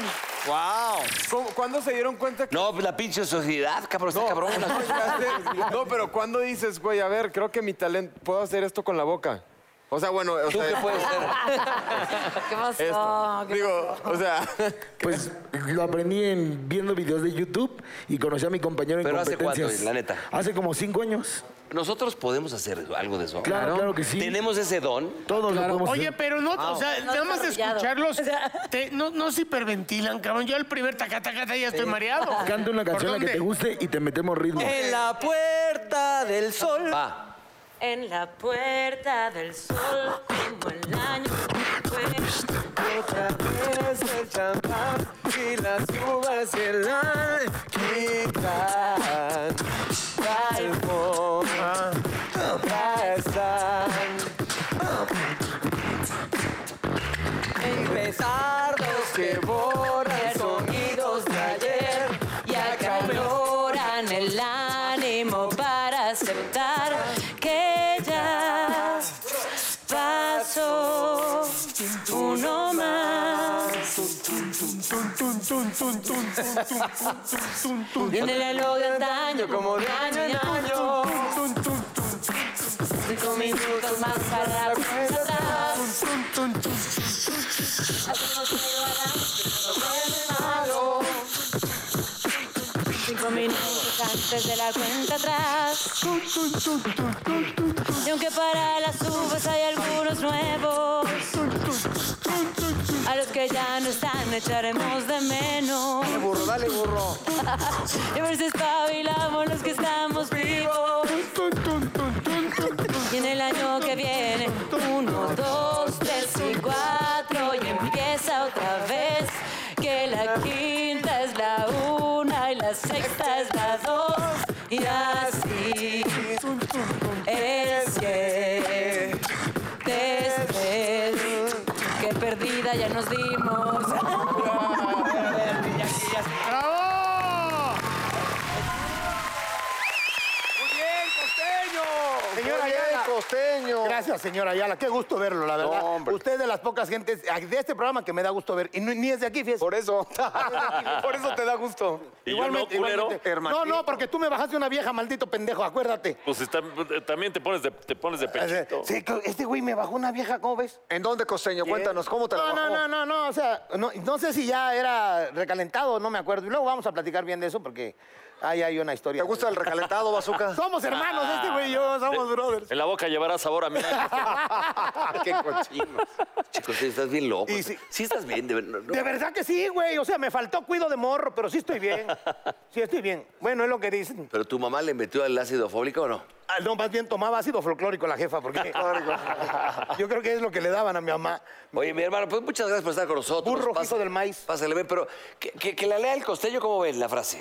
S18: ¡Wow!
S10: ¿Cuándo se dieron cuenta
S18: que.? No, pues la pinche sociedad, cabrón, está cabrón.
S10: No, ya sé. No, pero cuando dices, güey, a ver, creo que mi talento, puedo hacer esto con la boca. O sea, bueno, o
S18: ¿Tú
S10: sea,
S18: qué puedes hacer?
S14: ¿Qué pasó?
S10: Esto.
S14: ¿Qué
S10: Digo,
S14: pasó?
S10: o sea.
S19: Pues lo aprendí en- viendo videos de YouTube y conocí a mi compañero en
S1: Pero ¿hace
S19: competencias.
S1: cuánto, la neta?
S19: Hace como cinco años.
S1: Nosotros podemos hacer algo de eso.
S19: Claro, claro que sí.
S1: Tenemos ese don.
S19: Todos
S1: lo podemos
S16: Oye, pero no,
S1: Ah,
S16: o sea,
S1: no
S16: nada más de
S1: desarrollado.
S16: escucharlos, te- no, no se hiperventilan, cabrón. Yo el primer tacata, tacata ya estoy mareado.
S19: Canta una
S16: ¿Por
S19: canción la que
S16: dónde?
S19: te guste y te metemos ritmo.
S6: En la puerta del sol.
S14: En la puerta del sol tengo el año pues,
S9: Otra vez el champán y las uvas se la quitan. La alfombra ya están.
S6: Empezardos
S9: que borran sonidos de ayer
S14: y acaloran el ánimo para aceptar que ya pasó uno más. Viene el reloj de antaño como de año en año. Cinco minutos más para la cuenta atrás. Hacemos algo a la- no puede malo. Cinco minutos antes de la cuenta atrás. Y aunque para las uvas hay algunos nuevos, a los que ya no están echaremos de menos. Dale burro, dale burro. Y a ver si espabilamos los que estamos vivos. Y en el año que viene, uno, dos, tres y cuatro, y empieza otra vez. Que la quinta es la una y la sexta es la dos. Y así es que después que perdida ya nos dimos.
S16: ¡Bravo!
S4: Señora Ayala. Costeño. Gracias, señora Ayala. Qué gusto verlo, la verdad. Usted es de las pocas gentes de este programa que me da gusto ver. Y no- ni es de aquí, fíjese. Por
S2: eso.
S10: Por eso te da gusto.
S3: ¿Y yo no, culero?
S4: No, no, porque tú me bajaste una vieja, maldito pendejo, acuérdate.
S3: Pues está- también te pones de, te pones de pechito.
S4: Sí, que este güey me bajó una vieja, ¿cómo ves?
S7: ¿En dónde, Costeño? Cuéntanos, ¿cómo te la
S4: No, no,
S7: bajó?
S4: no, no, no, o sea, no, no sé si ya era recalentado, no me acuerdo. Y luego vamos a platicar bien de eso porque ahí hay una historia. ¿Te gusta el recalentado, Bazooka? somos hermanos, este güey y yo, somos brothers.
S3: Ah. En la boca llevará sabor a mí.
S1: Qué cochino. Chicos, sí, estás bien loco. Sí, estás bien. De, ver- no- no.
S4: De verdad que sí, güey. O sea, me faltó cuido de morro, pero sí estoy bien. Sí estoy bien. Bueno, es lo que dicen.
S1: ¿Pero tu mamá le metió el ácido fólico o no?
S4: Ah, no, más bien tomaba ácido folclórico la jefa, porque yo creo que es lo que le daban a mi mamá.
S1: Oye, mi hermano, pues muchas gracias por estar con nosotros.
S4: Burro
S1: Pásale-
S4: rojizo del maíz.
S1: Pásale bien, pero que, que- que la lea el costeño, ¿cómo ves la frase?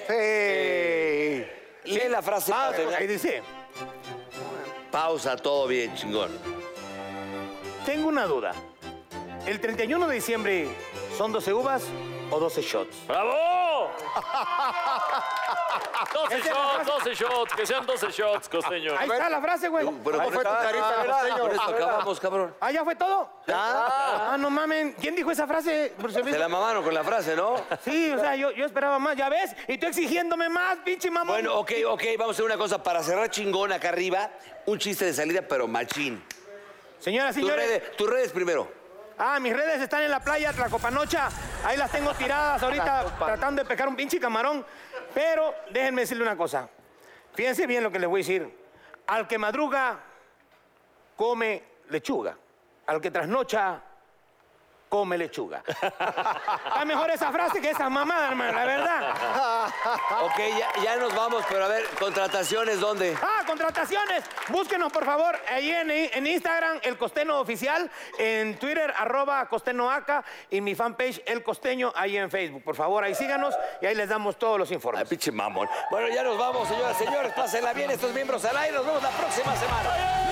S1: Sí. Lee la frase.
S4: Ah,
S1: para tener-
S4: ahí dice.
S1: Pausa, todo bien, chingón.
S4: Tengo una duda. ¿El 31 de diciembre son 12 uvas o 12 shots?
S3: ¡Bravo! 12
S4: Esa es la
S3: shots,
S4: frase.
S3: 12 shots, que sean 12 shots, costeño.
S4: Ahí está la frase, güey.
S1: Pero con esta- con esto acabamos, cabrón.
S4: ¿Ah, ya fue todo? Ah, no mamen. ¿Quién dijo esa frase? Por si acaso.
S1: Te la mamaron con la frase, ¿no?
S4: Sí, o sea, yo, yo esperaba más, ¿ya ves? Y tú exigiéndome más, pinche mamón.
S1: Bueno, ok, ok, vamos a hacer una cosa. Para cerrar chingón acá arriba, un chiste de salida, pero machín.
S4: Señoras, señores.
S1: Tus redes, tus redes primero.
S4: Ah, mis redes están en la playa Tlacopanocha. Ahí las tengo tiradas ahorita tratando de pescar un pinche camarón. Pero déjenme decirle una cosa. Fíjense bien lo que les voy a decir. Al que madruga, come lechuga. Al que trasnocha, come lechuga. Está mejor esa frase que esa mamada, hermano, la verdad.
S1: Ok, ya, ya nos vamos, pero a ver, contrataciones, ¿dónde?
S4: Ah, contrataciones. Búsquenos, por favor, ahí en, en Instagram, El Costeño Oficial, en Twitter, arroba Costeño Aca, y mi fanpage, El Costeño, ahí en Facebook. Por favor, ahí síganos y ahí les damos todos los informes.
S1: pinche mamón. Bueno, ya nos vamos, señoras, señores. Pásenla bien estos miembros al aire. Nos vemos la próxima semana.